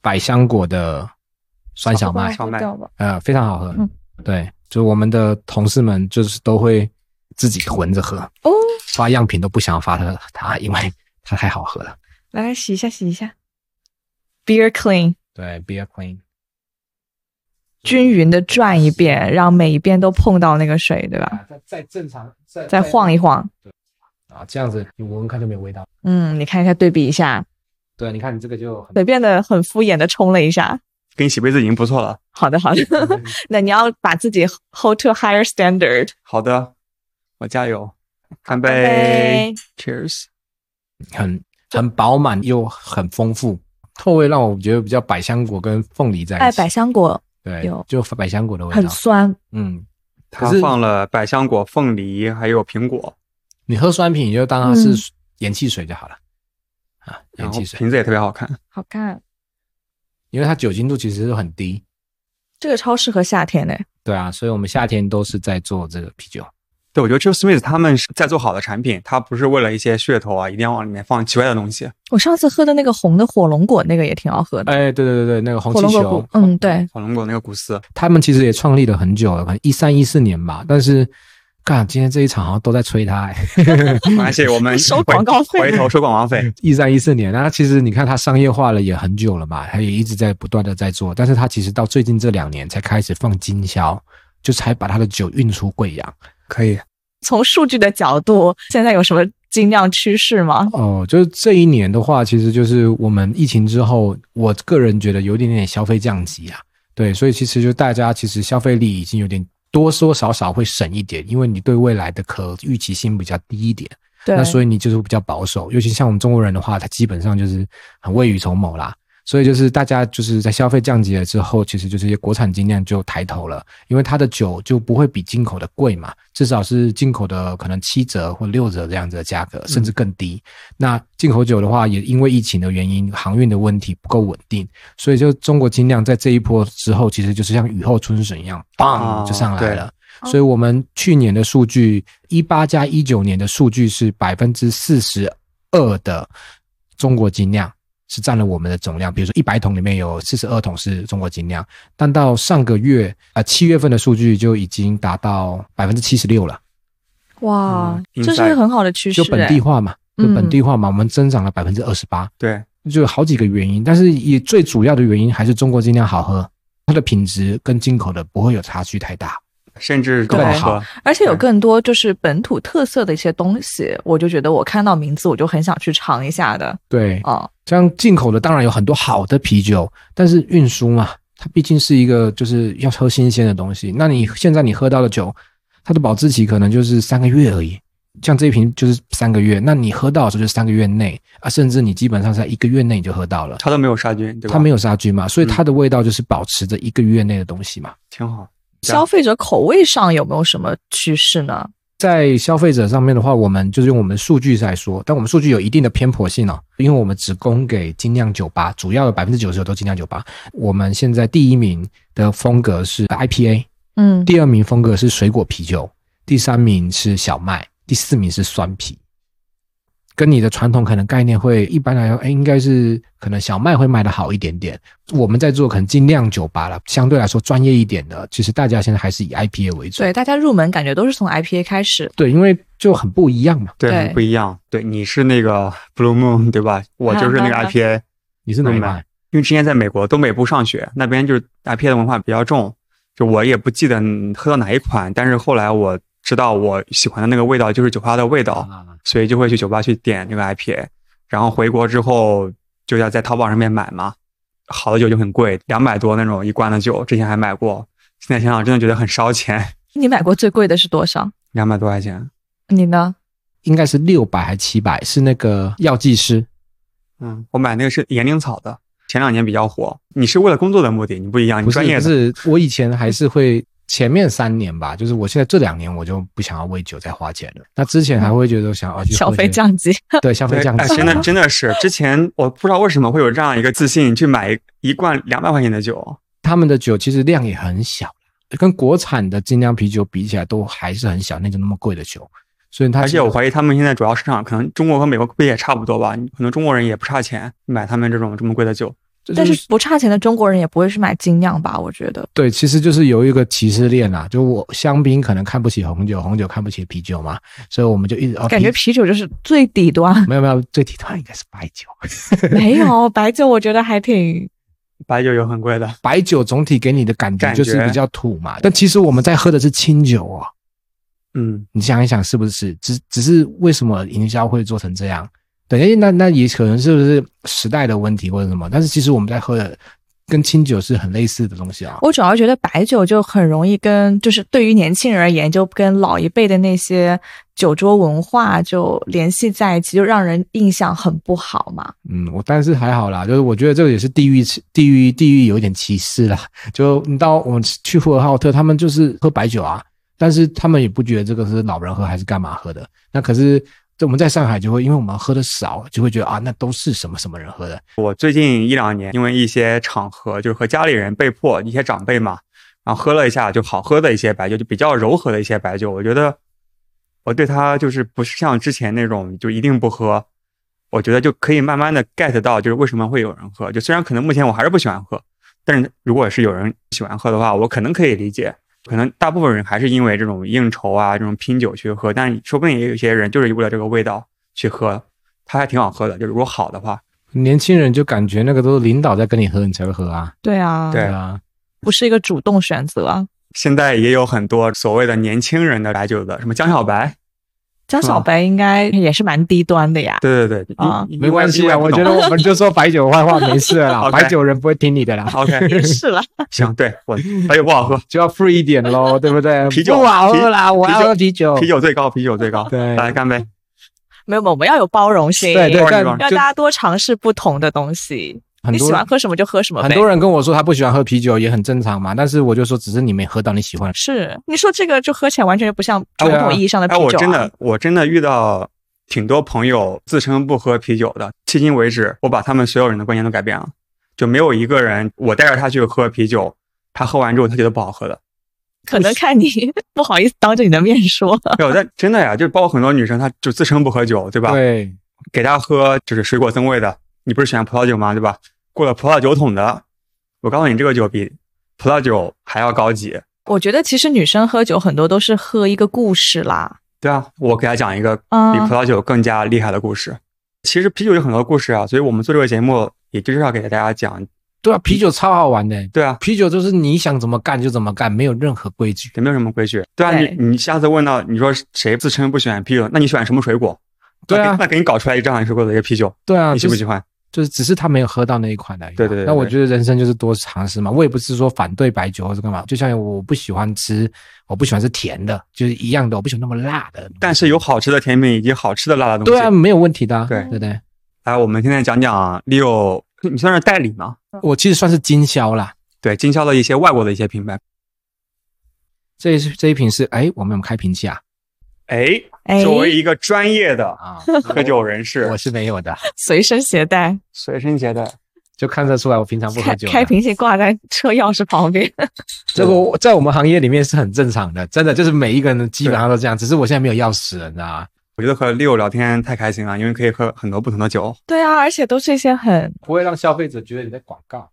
百香果的酸小麦，小麦掉吧。呃，非常好喝。嗯对，就是我们的同事们就是都会自己混着喝，哦，发样品都不想发它，它因为它太好喝了。来来洗一下，洗一下。Beer clean，对，Beer Queen，嗯均匀的转一遍，让每一遍都碰到那个水，对吧？啊再再正常，再再晃一晃。啊，这样子你闻闻看就没有味道。嗯，你看一下，对比一下，对，啊你看你这个就很随便的很敷衍的冲了一下。给你洗杯子已经不错了。好的，好的。嗯 那你要把自己 hold to a higher standard。好的，我加油，干拜拜杯。，Cheers！很很饱满又很丰富，后味让我觉得比较百香果跟凤梨在哎一，起，百香果对有，就百香果的味很道。酸，嗯，可它是放了百香果、凤梨还有苹果，你喝酸啤，你就当它是嗯盐汽水就好了、啊，然盐后汽水，瓶子也特别好看。好看。因为它酒精度其实是很低。这个超适合夏天的。对啊，所以我们夏天都是在做这个啤酒。对，我觉得 True Smith 他们是在做好的产品，它不是为了一些噱头啊，一定要往里面放奇怪的东西。我上次喝的那个红的火龙果，那个也挺好喝的。哎，对对对对，那个红火气龙果球谷，，嗯，对，火龙果那个古 斯，他们其实也创立了很久了，可能一三一四年吧。但是，干，今天这一场好像都在吹他、哎，没关系，我们收回广告费回头收广告费。一三一四年。那其实你看，它商业化了也很久了嘛，它也一直在不断的在做。但是它其实到最近这两年才开始放经销，就才把它的酒运出贵阳。可以，从数据的角度，现在有什么精酿趋势吗？哦，就是这一年的话，其实就是我们疫情之后，我个人觉得有一点点消费降级啊。对，所以其实就大家其实消费力已经有点多多少少会省一点，因为你对未来的可预期性比较低一点，对，那所以你就是比较保守。尤其像我们中国人的话，他基本上就是很未雨绸缪啦。所以就是大家就是在消费降级了之后，其实就是国产精酿就抬头了，因为它的酒就不会比进口的贵嘛，至少是进口的可能七折或六折这样子的价格，甚至更低。那进口酒的话，也因为疫情的原因，航运的问题不够稳定，所以就中国精酿在这一波之后，其实就是像雨后春笋一样，啊砰就上来对了。哦所以我们去年的数据，一八加一九年的数据是百分之四十二的中国精酿是占了我们的总量，比如说一百桶里面有四十二桶是中国精酿，但到上个月啊七、7月份的数据就已经达到百分之七十六了，哇嗯，这是一个 inside 很好的趋势、就哎本地化嘛，就嗯本地化嘛，我们增长了百分之二十八，对，就有好几个原因，但是也最主要的原因还是中国精酿好喝，它的品质跟进口的不会有差距太大。甚至更好对喝。而且有对更多就是本土特色的一些东西，我就觉得我看到名字我就很想去尝一下的对，哦。啊像进口的当然有很多好的啤酒，但是运输嘛，它毕竟是一个就是要喝新鲜的东西。那你现在你喝到的酒，它的保质期可能就是三个月而已。像这一瓶就是三个月，那你喝到的时候就是三个月内啊，甚至你基本上在一个月内你就喝到了，它都没有杀菌，对吧？它没有，有杀菌嘛，所嗯以它的味道就是保持着一个月内的东西嘛。挺好。对啊消费者口味上有没有什么趋势呢？在消费者上面的话，我们就是用我们的数据来说，但我们数据有一定的偏颇性哦，因为我们只供给精酿酒吧，主要的百分之九十九都精酿酒吧。我们现在第一名的风格是 IPA，嗯，第二名风格是水果啤酒，第三名是小麦，第四名是酸啤。跟你的传统可能概念会一般来说，哎，应该是可能小麦会卖的好一点点。我们在做可能精酿酒吧了，相对来说专业一点的，其实大家现在还是以 IPA 为主。对，大家入门感觉都是从 IPA 开始，对，因为就很不一样嘛。对，对很不一样。对，你是那个 Blue Moon 对吧？我就是 那个 IPA，你是哪一派？因为之前在美国东北部上学，那边就是 IPA 的文化比较重。就我也不记得喝到哪一款，但是后来我知道我喜欢的那个味道就是酒吧的味道，啊，所以就会去酒吧去点那个 IPA。然后回国之后就要在淘宝上面买嘛，好的酒就很贵，两百多那种一罐的酒，之前还买过。现在想想真的觉得很烧钱，你买过最贵的是多少？两百多块钱。你呢？应该是六百还七百，是那个药剂师。嗯，我买那个是岩灵草的，前两年比较火。你是为了工作的目的，你不一样，你不是专业不的。是，我以前还是会前面三年吧，就是我现在这两年我就不想要为酒再花钱了。那之前还会觉得想哦要去喝嗯消费一些，降级， 对消费对，降哎，级，真的真的是，之前我不知道为什么会有这样一个自信去买一罐两百块钱的酒，他们的酒其实量也很小。跟国产的精酿啤酒比起来，都还是很小那种那么贵的酒，所以它而且我疑怀疑他们现在主要市场可能中国和美国不也差不多吧？可能中国人也不差钱买他们这种这么贵的酒。但是不差钱的中国人也不会去买精酿吧？我觉得，对，其实就是有一个歧视链啦、就我香槟可能看不起红酒，红酒看不起啤酒嘛，所以我们就一直哦，感觉啤啤酒就是最底 端。没有没有，最底端应该是白酒，没有白酒，我觉得还挺白酒有很贵的，白酒总体给你的感觉感就是觉比较土嘛，但其实我们在喝的是清酒哦，嗯，你想一想是不是？只只是为什么营销会做成这样？对，那那也可能是不是时代的问题或者什么？但是其实我们在喝的跟清酒是很类似的东西啊。我主要觉得白酒就很容易跟，就是对于年轻人而言，就跟老一辈的那些酒桌文化就联系在一起，就让人印象很不好嘛。嗯，我但是还好啦，就是我觉得这个也是地域地域地域有一点歧视啦。 就你到我们去呼和浩特，他们就是喝白酒啊，但是他们也不觉得这个是老人喝还是干嘛喝的。那可是我们在上海就会，因为我们喝的少，就会觉得啊，那都是什么什么人喝的。我最近一两年因为一些场合，就是和家里人被迫一些长辈嘛，然后喝了一下就好喝的一些白酒，就比较柔和的一些白酒，我觉得我对它就是不是像之前那种就一定不喝，我觉得就可以慢慢的 get 到就是为什么会有人喝，就虽然可能目前我还是不喜欢喝，但是如果是有人喜欢喝的话，我可能可以理解。可能大部分人还是因为这种应酬啊，这种拼酒去喝，但说不定也有一些人就是为了这个味道去喝，它还挺好喝的。就如果好的话，年轻人就感觉那个都是领导在跟你喝，你才会喝啊。对啊对啊，不是一个主动选择啊。现在也有很多所谓的年轻人的白酒的，什么江小白，江嗯小白应该也是蛮低端的呀。对对对，啊因没关系啊，我觉得。我们就说白酒坏话没事了啦， OK 白酒人不会听你的啦，因为因为我懂 OK，也 是啦，行，对我白酒不好喝，就要 free 一点喽，对不对？啤酒不好喝啦，啤我要喝啤酒，啤酒最高，啤酒最高，哦对来干杯。没有，我们要有包容性，对对，啤酒啤但酒让就大家多尝试不同的东西。很你多喜欢人喝什么就喝什么呗。很多人跟我说他不喜欢喝啤酒也很正常嘛，但是我就说只是你没喝到你喜欢的。是你说这个就喝起来完全就不像传对啊统意义上的啤哎，酒、啊我真的我真的遇到挺多朋友自称不喝啤酒的，迄今为止，我把他们所有人的观念都改变了，就没有一个人我带着他去喝啤酒，他喝完之后他觉得不好喝的。可能看你 不好意思当着你的面说，没有，但哎真的呀，就包括很多女生，她就自称不喝酒，对吧？对，给他喝就是水果增味的，你不是喜欢葡萄酒吗？对吧？过了葡萄酒桶的，我告诉你，这个酒比葡萄酒还要高级。我觉得其实女生喝酒很多都是喝一个故事啦，对啊，我给他讲一个啊比嗯葡萄酒更加厉害的故事。其实啤酒有很多故事啊，所以我们做这个节目也就是要给大家讲。对啊，啤酒超好玩的，对啊，啤酒就是你想怎么干就怎么干，没有任何规矩。也没有什么规矩。对啊，对你你下次问到你说谁自称不喜欢啤酒，那你喜欢什么水果？对啊那给那给你搞出来一个这样的水果的一个啤酒，对啊，你喜就不是喜欢？就是只是他没有喝到那一款而已嘛。对对对对那我觉得人生就是多尝试嘛。我也不是说反对白酒或者干嘛，就像我不喜欢吃，我不喜欢吃甜的，就是一样的，我不喜欢那么辣的。但是有好吃的甜品以及好吃的辣的东西。对啊，没有问题的、啊。对对不对，来，我们现在讲讲 Leo，你算是代理吗？我其实算是经销啦。对经销的一些外国的一些品牌。这一这一瓶是哎，我们有开瓶器啊哎，哎，作为一个专业的啊，喝酒人士我，是没有的， 随身携带，随身携带。就看得出来我平常不喝开酒的。开瓶器挂在车钥匙旁边， 这个我在我们行业里面是很正常的，真的就是每一个人基本上都这样，只是我现在没有钥匙了，你知道吗？我觉得和 Leo 聊天太开心了，因为可以喝很多不同的酒。对啊，而且都是一些很，不会让消费者觉得你在广告。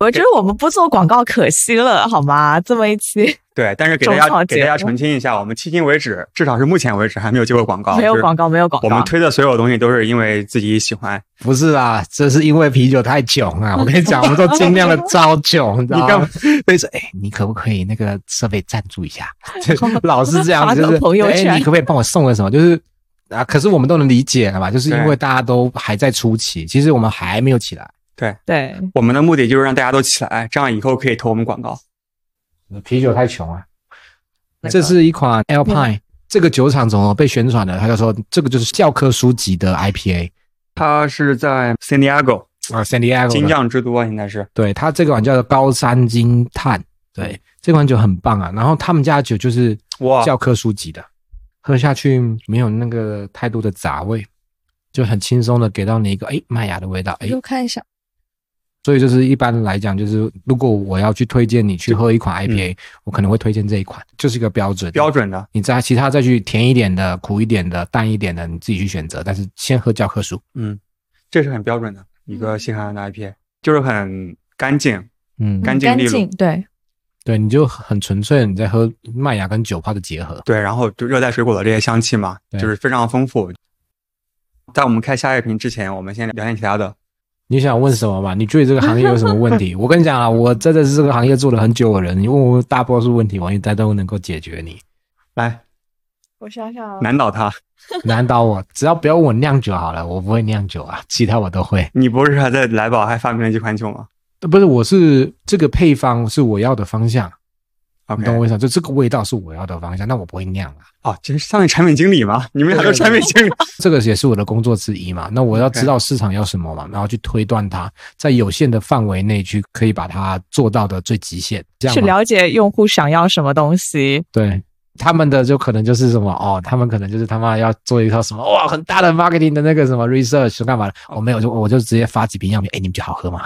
我觉得我们不做广告可惜了，好吗？这么一期对，但是给大种家草节给目大家澄清一下，我们迄今为止，至少是目前为止还没有接过广告，没有广告。告，没有广我们告，推的所有东西都是因为自己喜欢，不是啊，这是因为啤酒太穷 啊！我跟你讲，我们都尽量的招穷，你知道吗？所以说，哎，你可不可以那个设备赞助一下？就是 老是这样，发就个是朋友哎，圈你可不可以帮我送个什么？就是啊，可是我们都能理解了吧？就是因为对大家都还在初期，其实我们还没有起来。对，我们的目的就是让大家都起来，这样以后可以投我们广告。啤酒太穷啊！那个这是一款 Alpine，、这个酒厂怎么被宣传的？他就说这个就是教科书级的 IPA 它是在 San Diego 啊，San Diego 的金匠之都啊，现在是对它这款叫做高山金炭，对这款酒很棒啊。然后他们家的酒就是哇教科书级的，喝下去没有那个太多的杂味，就很轻松的给到你一个哎麦芽的味道，哎看一下，所以就是一般来讲，就是如果我要去推荐你去喝一款 IPA，、我可能会推荐这一款，就是一个嗯标准。标准的，你再其他再去甜一点的、苦一点的、淡一点的，你自己去选择。但是先喝教科书，嗯，这是很标准的一嗯个新西兰的 IPA，就是很干净，嗯，干净干利落净，对，对，你就很纯粹，你在喝麦芽跟酒泡的结合。对，然后就热带水果的这些香气嘛，对就是非常丰富。在我们开下一瓶之前，我们先聊点其他的。你想问什么嘛？你对这个行业有什么问 题？我跟你讲啊，我真的是这个行业做了很久的人，你问我大多数问题，我应该都能够解决你。来我想想啊难倒他，难倒我，只要不要问我酿酒好了，我不会酿酒啊，其他我都会。你不是还在来宝还发明了几款酒吗呃不是，我是这个配方是我要的方向，你？OK，懂我意思吗？就这个味道是我要的方向，那我不会酿啊。哦，这是上面产品经理嘛？你们俩都是产品经理， 这个也是我的工作之一嘛。那我要 OK 知道市场要什么嘛，然后去推断它，在有限的范围内去可以把它做到的最极限，这样去嘛了解用户想要什么东西，对。他们的就可能就是什么哦，他们可能就是他妈要做一套什么哇很大的 marketing 的那个什么 research 干嘛的，我、没有就我就直接发几瓶样品，哎，你们觉得好喝吗？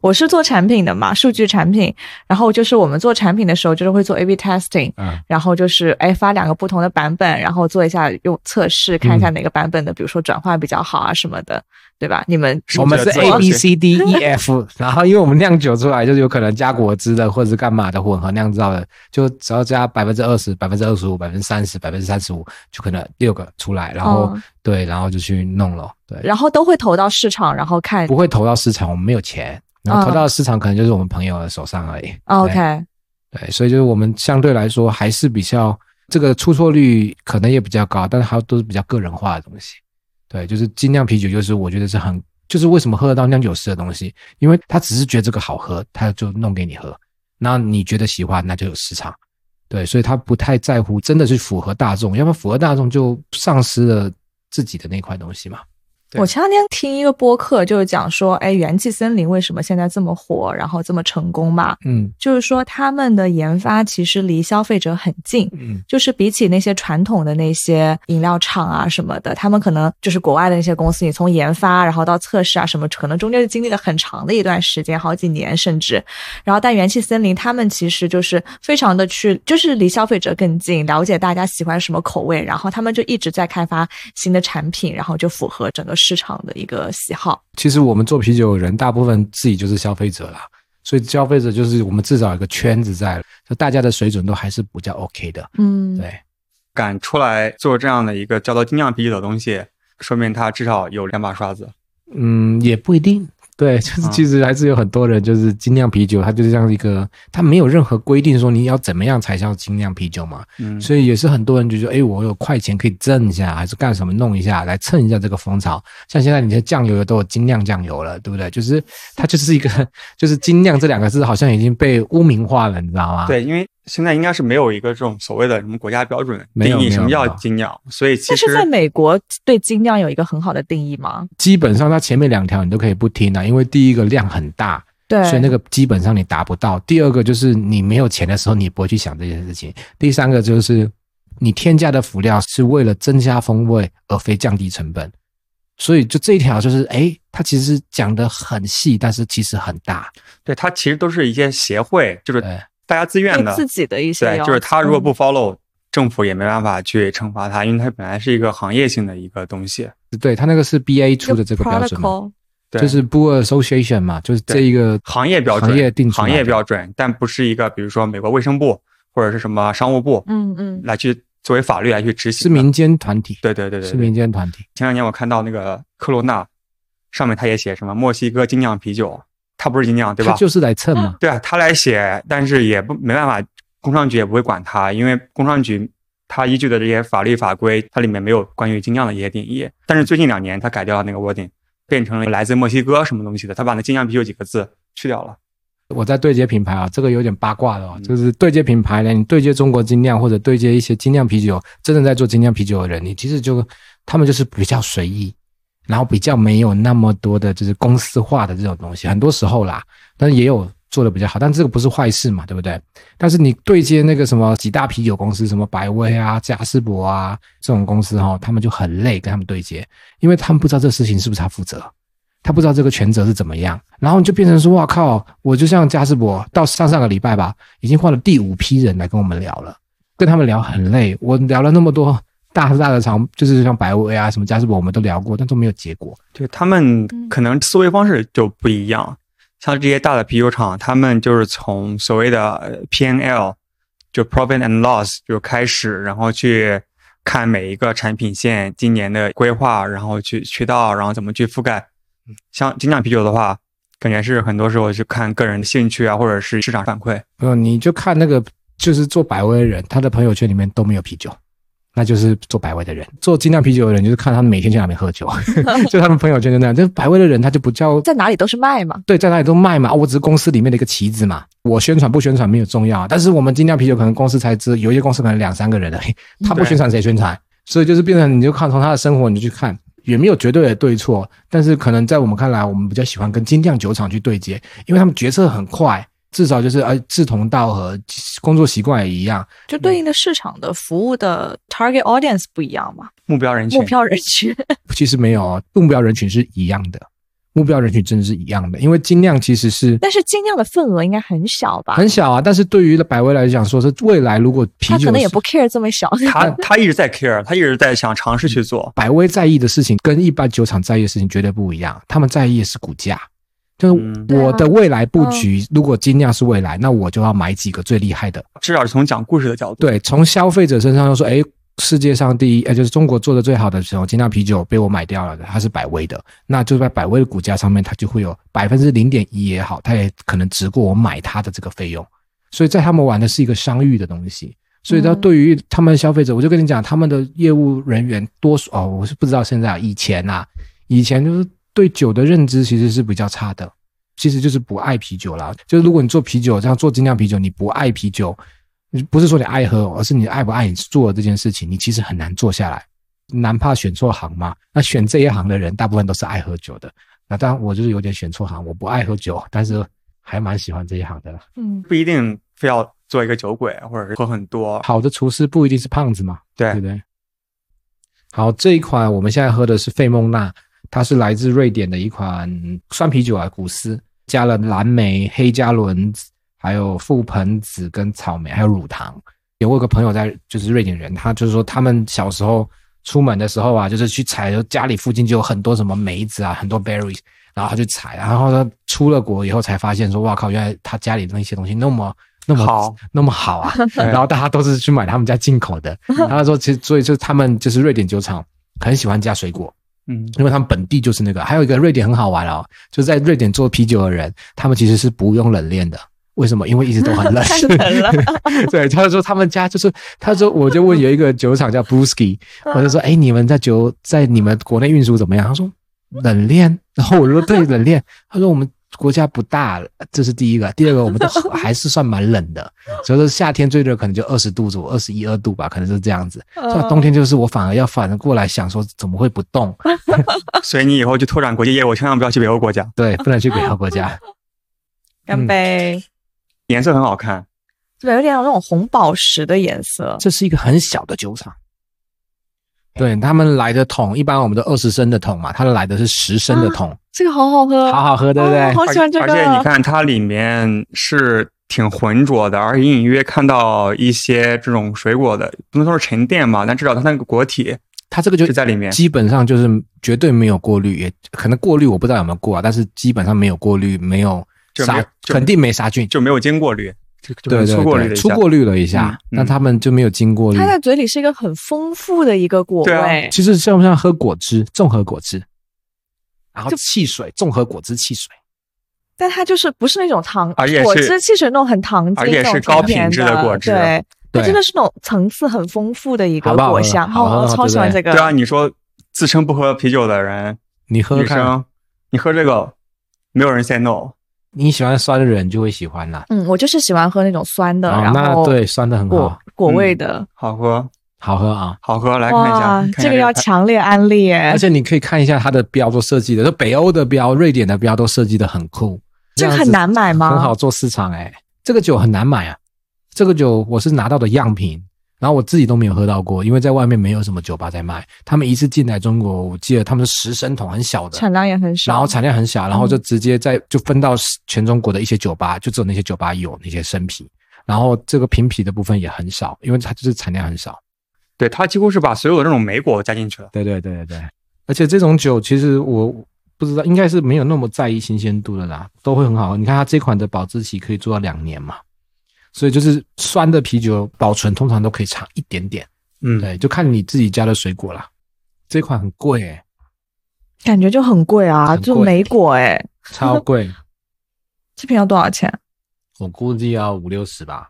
我是做产品的嘛，数据产品，然后就是我们做产品的时候，就是会做 A/B testing，嗯，然后就是哎发两个不同的版本，然后做一下用测试，看一下哪个版本的，比如说转化比较好啊什么的，对吧？你们是我们是觉得 A 做 B C D E F，然 后因为我们酿酒出来就是有可能加果汁的或者是干嘛的混合酿造的，就只要加百分之二十、百分之二十五、百分之三十、百分之三十五，就可能六个出来，然后、嗯对，然后就去弄了，对，然后都会投到市场，然后看不会投到市场，我们没有钱，然后投到市场可能就是我们朋友的手上而已。对哦 OK，对，所以就是我们相对来说还是比较这个出错率可能也比较高，但是它都是比较个人化的东西。对，就是精酿啤酒，就是我觉得是很，就是为什么喝得到酿酒师的东西，因为他只是觉得这个好喝，他就弄给你喝，那你觉得喜欢，那就有市场。对，所以他不太在乎，真的是符合大众，要么符合大众就丧失了自己的那块东西嘛。对我前两天听一个播客，就是讲说，哎，元气森林为什么现在这么火，然后这么成功嘛？嗯就是说他们的研发其实离消费者很近，嗯，就是比起那些传统的那些饮料厂啊什么的，他们可能就是国外的那些公司，你从研发然后到测试啊什么，可能中间是经历了很长的一段时间，好几年甚至。然后但元气森林他们其实就是非常的去，就是离消费者更近，了解大家喜欢什么口味，然后他们就一直在开发新的产品，然后就符合整个市场的一个喜好。其实我们做啤酒的人，大部分自己就是消费者啦，所以消费者就是我们至少有一个圈子在，就大家的水准都还是比较 OK 的。嗯，对，敢出来做这样的一个叫做精酿啤酒的东西，说明他至少有两把刷子。嗯，也不一定。对，就是啊其实还是有很多人就是精酿啤酒，它就是像一个，它没有任何规定说你要怎么样才叫精酿啤酒嘛，嗯，所以也是很多人就说，哎，我有块钱可以挣一下，还是干什么弄一下来蹭一下这个风潮。像现在你的酱油都有精酿酱油了，对不对？就是它就是一个， 就是精酿这两个字好像已经被污名化了，你知道吗？对，因为现在应该是没有一个这种所谓的什么国家标准没有定义没什么有叫没有精酿，所以其但是实在美国对精酿有一个很好的定义吗？基本上它前面两条你都可以不听啊，因为第一个量很大，对，所以那个基本上你达不到。第二个就是你没有钱的时候，你不会去想这件事情。第三个就是你添加的辅料是为了增加风味，而非降低成本。所以就这一条就是，哎，它其实讲的很细，但是其实很大。对它其实都是一些协会，就是对大家自愿对的，自己的一些对，要就是他如果求不 follow，、政府也没办法去惩罚他，因为他本来是一个行业性的一个东西。对，它那个是 B A 出的这个标准嘛， protocol，对，就是 b o o Association 嘛，就是这一个行业标准，行业定出来行的业标准，但不是一个比如说美国卫生部或者是什么商务部、嗯嗯，来去作为法律来去执行。是民，间团体，对对对对是民对。间团体。前两年我看到那个科罗娜上面他也写什么墨西哥精酿啤酒，它不是精酿对吧它？就是来蹭嘛，对啊，他来写，但是也不没办法，工商局也不会管他，因为工商局它依据的这些法律法规，它里面没有关于精酿的一些定义。但是最近两年，它改掉了那个 wording，变成了来自墨西哥什么东西的，它把那精酿啤酒几个字去掉了。我在对接品牌啊，这个有点八卦的哦嗯，就是对接品牌呢，你对接中国精酿或者对接一些精酿啤酒，真的在做精酿啤酒的人，你其实就他们就是比较随意，然后比较没有那么多的就是公司化的这种东西，很多时候啦，但是也有做的比较好，但这个不是坏事嘛，对不对？但是你对接那个什么几大啤酒公司，什么百威啊、嘉士伯啊这种公司哈、哦，他们就很累跟他们对接，因为他们不知道这个事情是不是他负责。他不知道这个权责是怎么样，然后你就变成说，哇靠！我就像嘉士伯到上上个礼拜吧，已经换了第五批人来跟我们聊了，跟他们聊很累。我聊了那么多大大的厂，就是像百威啊什么嘉士伯，我们都聊过，但都没有结果。对他们嗯可能思维方式就不一样，像这些大的啤酒厂，他们就是从所谓的呃 P&L，就 Profit and Loss 就开始，然后去看每一个产品线今年的规划，然后去渠道，然后怎么去覆盖。像精酿啤酒的话，感觉是很多时候是看个人的兴趣啊，或者是市场反馈。嗯，你就看那个就是做百威的人，他的朋友圈里面都没有啤酒，那就是做百威的人。做精酿啤酒的人，就是看他们每天去哪边喝酒， 就他们朋友圈就那样。这百威的人，他就不叫在哪里都是卖嘛。对，在哪里都卖嘛，啊我只是公司里面的一个旗子嘛，我宣传不宣传没有重要啊，但是我们精酿啤酒可能公司才知，有一些公司可能两三个人而嗯已，他不对宣传谁宣传？所以就是变成你就看从他的生活你就去看，也没有绝对的对错，但是可能在我们看来，我们比较喜欢跟精酿酒厂去对接，因为他们决策很快，至少就是呃志同道合，工作习惯也一样，就对应的市场的服务的 target audience 不一样嘛，目标人群目，标人群其实没有哦目标人群是一样的，目标人群真的是一样的，因为精酿其实是但是精酿的份额应该很小吧？很小啊，但是对于百威来讲，说是未来如果啤他酒可能也是不 care 这么小，他他一直在 care，他一直在想尝试去做。百威在意的事情跟一般酒厂在意的事情绝对不一样，他们在意的是股价。就是嗯我的未来布局，如果精酿是未来，那我就要买几个最厉害的。至少是从讲故事的角度，对，从消费者身上又说，哎，世界上第一，哎，就是中国做的最好的时候，精酿啤酒被我买掉了，它是百威的，那就在百威的股价上面，它就会有百分之零点一也好，它也可能值过我买它的这个费用。所以在他们玩的是一个商誉的东西。所以，到嗯对于他们消费者，我就跟你讲，他们的业务人员多数哦，我是不知道现在啊以前啊，以前就是对酒的认知其实是比较差的，其实就是不爱啤酒啦。就是如果你做啤酒，像做精酿啤酒，你不爱啤酒，你不是说你爱喝哦，而是你爱不爱你做的这件事情，你其实很难做下来。难怕选错行嘛？那选这一行的人，大部分都是爱喝酒的。那当然，我就是有点选错行，我不爱喝酒，但是还蛮喜欢这一行的啦。 嗯，不一定非要做一个酒鬼，或者是喝很多。好的厨师不一定是胖子嘛，对对不对？好，这一款我们现在喝的是费梦娜，它是来自瑞典的一款酸啤酒啊，古斯加了蓝莓、黑加仑子，还有覆盆子跟草莓，还有乳糖。有我有个朋友在，就是瑞典人，他就是说他们小时候出门的时候啊，就是去采，就家里附近就有很多什么梅子啊，很多 berries，然后他去采，然后呢出了国以后才发现说，哇靠，原来他家里的那些东西那么那么好那么好啊， 对然后大家都是去买他们家进口的。然后他说，其实所以就是他们就是瑞典酒厂很喜欢加水果，嗯，因为他们本地就是那个。还有一个瑞典很好玩哦，就是在瑞典做啤酒的人，他们其实是不用冷链的。为什么？因为一直都很冷。太冷 了，对，他就说他们家就是，他说我就问有一个酒厂叫 Brewski，我就说，哎，你们在酒在你们国内运输怎么样？他说冷链，然后我就说对冷链，他说我们国家不大，这是第一个，第二个我们都还是算蛮冷的，所以说夏天最热可能就二十度左右，二十一二度吧，可能是这样子。嗯到冬天就是我反而要反过来想说怎么会不冻？ 所以你以后去拓展国际业务，千万不要去北欧国家。对，不能去北欧国家。干杯。颜色很好看，对，有点那种红宝石的颜色，这是一个很小的酒厂。对他们来的桶，一般我们都二十升的桶嘛，他来的是十升的桶，这个好好喝，好好喝，对不哦对？好喜欢这个。而且你看它里面是挺浑浊的，而且隐隐约看到一些这种水果的，不能说是沉淀吧，但至少它那个果体它这个就是在里面基本上就是绝对没有过滤，也可能过滤我不知道有没有过啊，但是基本上没有过滤，没有就没杀有，就肯定没杀菌。就没有经过滤，就就对是对粗过滤了对，一出下。过滤了一嗯下，嗯那他们就没有经过滤它。在嘴里是一个很丰富的一个果对啊味，其实像不像喝果汁，综合果汁，然后汽水，综合果汁汽水，但它就是不是那种糖，啊而且是果汁汽水那种很糖精，而且是那种高品质甜甜的的果汁对，它对真的是那种层次很丰富的一个好不好喝果香，好喝哦我超喜欢这个。对啊，你说自称不喝啤酒的人，你喝喝女看，生，你喝这个，没有人 say no。你喜欢酸的人就会喜欢啦。嗯，我就是喜欢喝那种酸的，哦然那后对酸的很果好，嗯果味的。好喝，好喝啊。好喝，来嗯看一下，哇看一，下这个要强烈安利耶哎而！且你可以看一下它的标都设计的，就北欧的标、瑞典的标都设计的很酷。这个样子很难买吗很好做市场哎、这个酒很难买啊。这个酒我是拿到的样品，然后我自己都没有喝到过，因为在外面没有什么酒吧在卖。他们一次进来中国，我记得他们是十升桶，很小的，产量嗯也很少。然后产量很小，然后就直接在就分到全中国的一些酒吧，就只有那些酒吧有那些生啤，然后这个瓶啤的部分也很少，因为它就是产量很少。对，它几乎是把所有的这种莓果加进去了。对对对对对，而且这种酒其实我不知道，应该是没有那么在意新鲜度的啦，都会很好喝。你看它这款的保质期可以做到两年嘛，所以就是酸的啤酒保存通常都可以长一点点，嗯，对，就看你自己家的水果啦。这款很贵、欸，感觉就很贵啊，很贵就莓果哎、超贵，这瓶要多少钱？我估计要五六十吧。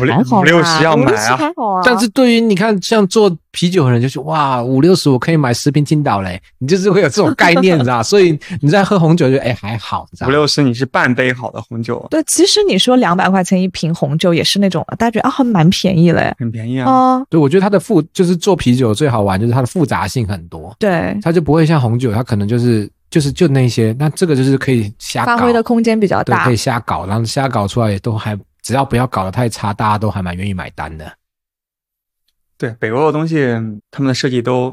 五六还好吧五六十要买五六十啊，还好啊。但是对于你看，像做啤酒的人就觉得哇，五六十我可以买十瓶青岛嘞，你就是会有这种概念，你知道？所以你在喝红酒就哎、还好，你知道五？六十你是半杯好的红酒，对，其实你说两百块钱一瓶红酒也是那种，大家觉得啊，还蛮便宜嘞。很便宜啊。啊，对，我觉得它的复就是做啤酒最好玩，就是它的复杂性很多，对，它就不会像红酒，它可能就是就是就那些，那这个就是可以瞎搞，发挥的空间比较对，大可以。瞎搞，然后瞎搞出来也都还只要不要搞得太差，大家都还蛮愿意买单的。对，北欧的东西，他们的设计都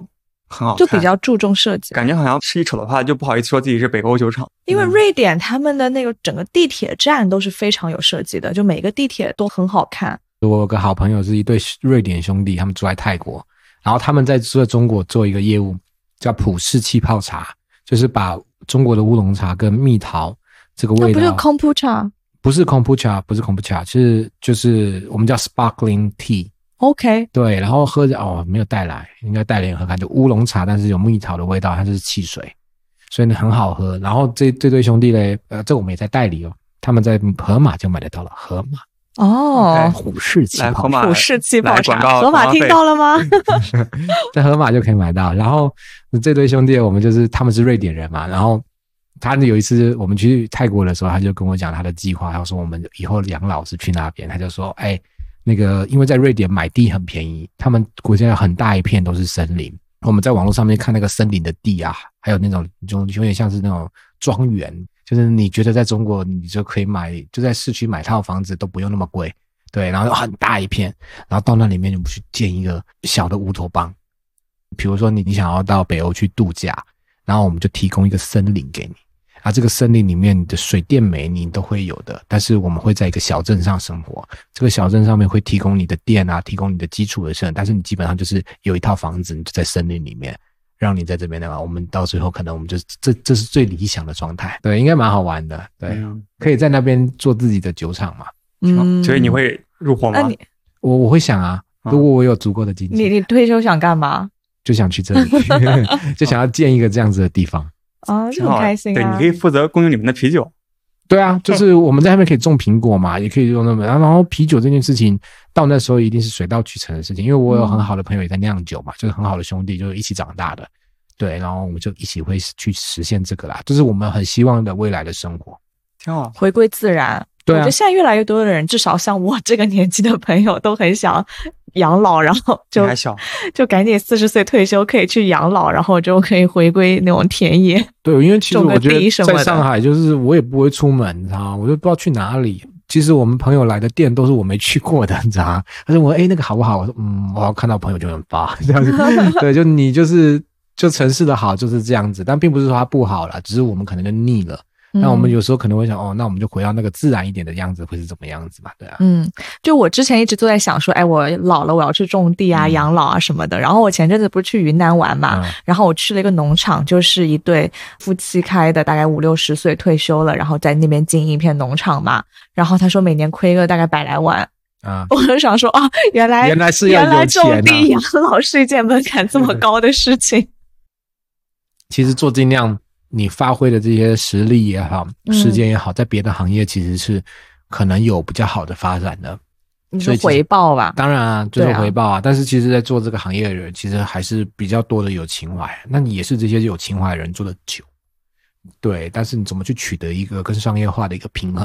很好看，就比较注重设计，感觉好像吃一丑的话，就不好意思说自己是北欧酒厂。因为嗯瑞典他们的那个整个地铁站都是非常有设计的，就每个地铁都很好看。我有个好朋友是一对瑞典兄弟，他们住在泰国，然后他们在在中国做一个业务，叫普式气泡茶，就是把中国的乌龙茶跟蜜桃这个那味不就道，空铺茶不是 kombucha，不是 kombucha，是就是我们叫 sparkling tea， ？OK，对，然后喝着哦没有带来，应该带来喝看，就乌龙茶，但是有蜜桃的味道，它就是汽水，所以呢很好喝。然后这这对兄弟嘞，呃，这我们也在代理哦，他们在盒马就买得到了，盒马哦， 普式气来泡盒马普世气泡来广茶，告河马广告费听到了吗？ 在盒马就可以买到。然后这对兄弟，我们就是他们是瑞典人嘛，然后他有一次我们去泰国的时候，他就跟我讲他的计划，他说我们以后养老是去那边，他就说，哎，那个因为在瑞典买地很便宜，他们国家有很大一片都是森林。我们在网络上面看那个森林的地啊，还有那种就有点像是那种庄园，就是你觉得在中国你就可以买，就在市区买套房子都不用那么贵，对，然后很大一片，然后到那里面你去建一个小的乌托邦，比如说你你想要到北欧去度假，然后我们就提供一个森林给你，啊，这个森林里面的水电煤你都会有的，但是我们会在一个小镇上生活，这个小镇上面会提供你的电啊，提供你的基础的设，但是你基本上就是有一套房子，你就在森林里面。让你在这边的话，我们到最后可能我们就这这是最理想的状态，对，应该蛮好玩的，对，嗯，可以在那边做自己的酒厂嘛。 嗯，所以你会入伙那吗？啊你我我会想啊，嗯如果我有足够的经济，你你退休想干嘛就想去这 里，就想要建一个这样子的地方。啊？就挺好很的开心对，你啊可！以负责供应里面的啤酒。对啊，就是我们在那边可以种苹果嘛，也可以用那么，然后啤酒这件事情到那时候一定是水到渠成的事情，因为我有很好的朋友也在酿酒嗯嘛，就是很好的兄弟，就是一起长大的，对，然后我们就一起会去实现这个啦，这是我们很希望的未来的生活。挺好，回归自然。对我啊觉得，现在越来越多的人，至少像我这个年纪的朋友，都很想养老，然后你就还小，就赶紧四十岁退休，可以去养老，然后就可以回归那种田野。对，因为其实种个我觉地得什么的在上海，就是我也不会出门，你知道吗？我就不知道去哪里。其实我们朋友来的店都是我没去过的，你知道吗？他说我哎、那个好不好？我说嗯，我看到朋友就很发这 样子。对，就你就是就城市的好就是这样子，但并不是说它不好啦，只是我们可能就腻了。嗯嗯那我们有时候可能会想，哦，那我们就回到那个自然一点的样子，会是怎么样子吧？对啊，嗯，就我之前一直都在想说，哎，我老了我要去种地啊、嗯养老啊什么的。然后我前阵子不是去云南玩嘛，嗯然后我去了一个农场，就是一对夫妻开的，大概五六十岁退休了，然后在那边经营一片农场嘛。然后他说每年亏个大概百来万， 啊，我就想说啊，原来原来是要原来有钱啊种地养老是一件门槛这么高的事 情。其实做尽量你发挥的这些实力也好，嗯时间也好，在别的行业其实是可能有比较好的发展的。你说所以其实回报吧，当然啊，追求对啊回报啊，但是其实，在做这个行业的人，其实还是比较多的有情怀。那你也是这些有情怀的人做的久，对。但是你怎么去取得一个跟商业化的一个平衡？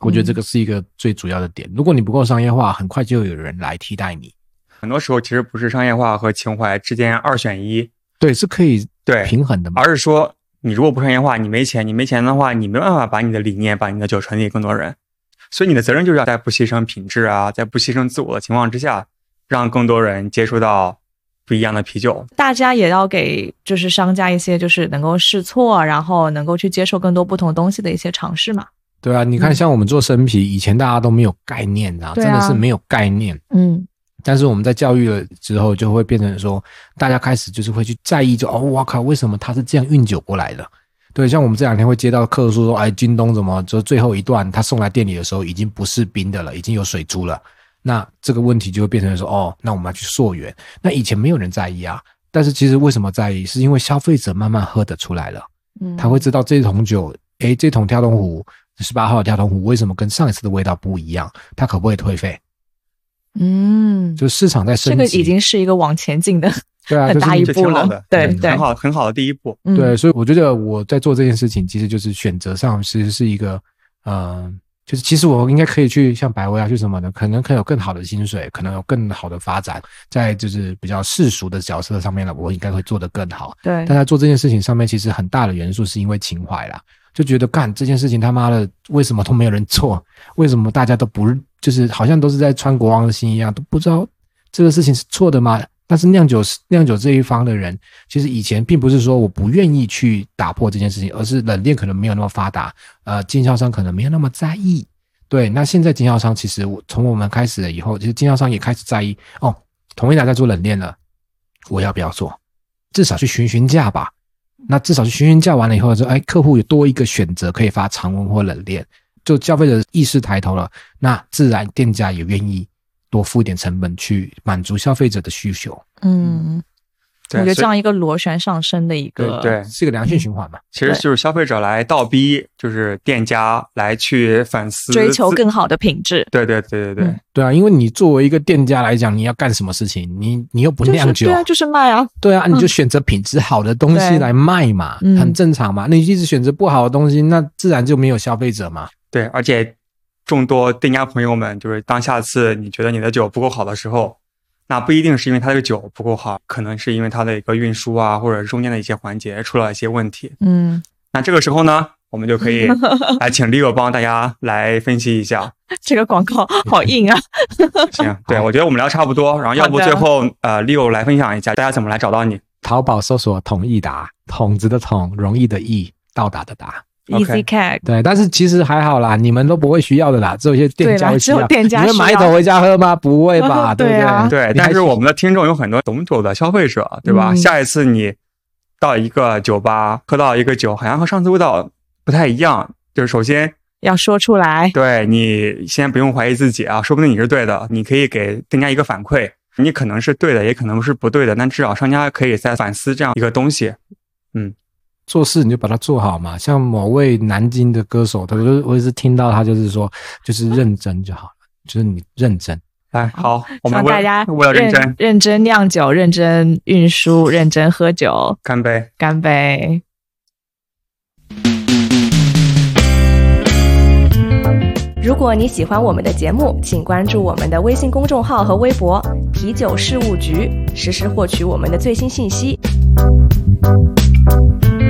我嗯觉得这个是一个最主要的点。如果你不够商业化，很快就有人来替代你。很多时候其实不是商业化和情怀之间二选一，对，是可以对平衡的嘛？而是说你如果不商业化，你没钱，你没钱的话，你没办法把你的理念、把你的酒传递给更多人。所以你的责任就是要在不牺牲品质啊，在不牺牲自我的情况之下，让更多人接触到不一样的啤酒。大家也要给就是商家一些就是能够试错，然后能够去接受更多不同东西的一些尝试嘛。对啊，你看，嗯像我们做生啤，以前大家都没有概念的、啊，对真啊的是没有概念。嗯，但是我们在教育了之后，就会变成说，大家开始就是会去在意就，哦，哇靠，为什么它是这样运酒过来的？对，像我们这两天会接到客诉说，哎，京东怎么就最后一段他送来店里的时候已经不是冰的了，已经有水珠了。那这个问题就会变成说，哦，那我们要去溯源。那以前没有人在意啊，但是其实为什么在意，是因为消费者慢慢喝得出来了。嗯他会知道这桶酒，诶，这桶跳动壶十八号的跳动壶为什么跟上一次的味道不一样？它可不可以退费？嗯，就市场在升这级，个已经是一个往前进的对啊，很就大是一你这步挺好了的，对嗯对很，好，很好的第一步。嗯对，所以我觉得我在做这件事情，其实就是选择上其实是一个，嗯、就是其实我应该可以去像百威啊，去什么的，可能可以有更好的薪水，可能有更好的发展，在就是比较世俗的角色上面了，我应该会做得更好。对但在做这件事情上面，其实很大的元素是因为情怀啦，就觉得干这件事情他妈的为什么都没有人做，为什么大家都不就是好像都是在穿国王的心一样，都不知道这个事情是错的吗？但是酿酒酿酒这一方的人，其实以前并不是说我不愿意去打破这件事情，而是冷链可能没有那么发达，呃，经销商可能没有那么在意。对，那现在经销商其实我从我们开始了以后，其实经销商也开始在意哦，同一家在做冷链了，我要不要做？至少去询询价吧。那至少去询询价完了以后，说哎，客户有多一个选择可以发常温或冷链，就消费者意识抬头了，那自然店家也愿意多付一点成本去满足消费者的需求，嗯，我对啊觉得这所以样一个螺旋上升的一个对对是一个良性循环嘛。其实对就是消费者来倒逼，就是店家来去反思 追求自更好的品质，对对对对对，嗯对啊，因为你作为一个店家来讲，你要干什么事情？你你又不就酿是酒，对啊，就是卖啊，对啊，你就选择品质好的东西对来卖嘛，嗯很正常嘛。那你一直选择不好的东西，那自然就没有消费者嘛。对，而且众多店家朋友们，就是当下次你觉得你的酒不够好的时候，那不一定是因为它这个酒不够好，可能是因为它的一个运输啊，或者中间的一些环节出了一些问题。嗯， 那这个时候呢，我们就可以来请 Leo 帮大家来分析一下。这个广 告好硬啊，行， 对我觉得我们聊差不多，然后要不好的最后呃 Leo 来分享一下大家怎么来找到你。淘宝搜索“统一达”，筒子的筒，容易的易，到达的达。 Easy OK Cake，对，但是其实还好啦，你们都不会需要的啦，只有一些店家会需对要。啦只有店家你会买需一要桶回家 喝吗？不会吧，不对啊 对，你还但是我们的听众有很多懂酒的消费者，对吧？嗯下一次你到一个酒吧喝到一个酒，好像和上次味道不太一样，就是首先要说出来，对你先不用怀疑自己啊，说不定你是对的，你可以给店家一个反馈，你可能是对的，也可能是不对的，但至少商家可以在反思这样一个东西。做事你就把它做好嘛。像某位南京的歌手，他就是我也是听到他就是说，就是认真就好了，就是你认真。来，好，我们让为大家嗯为了认真认真酿酒，认真运输，认真喝酒，干杯。干杯！如果你喜欢我们的节目，请关注我们的微信公众号和微博“啤酒事务局”，实时获取我们的最新信息。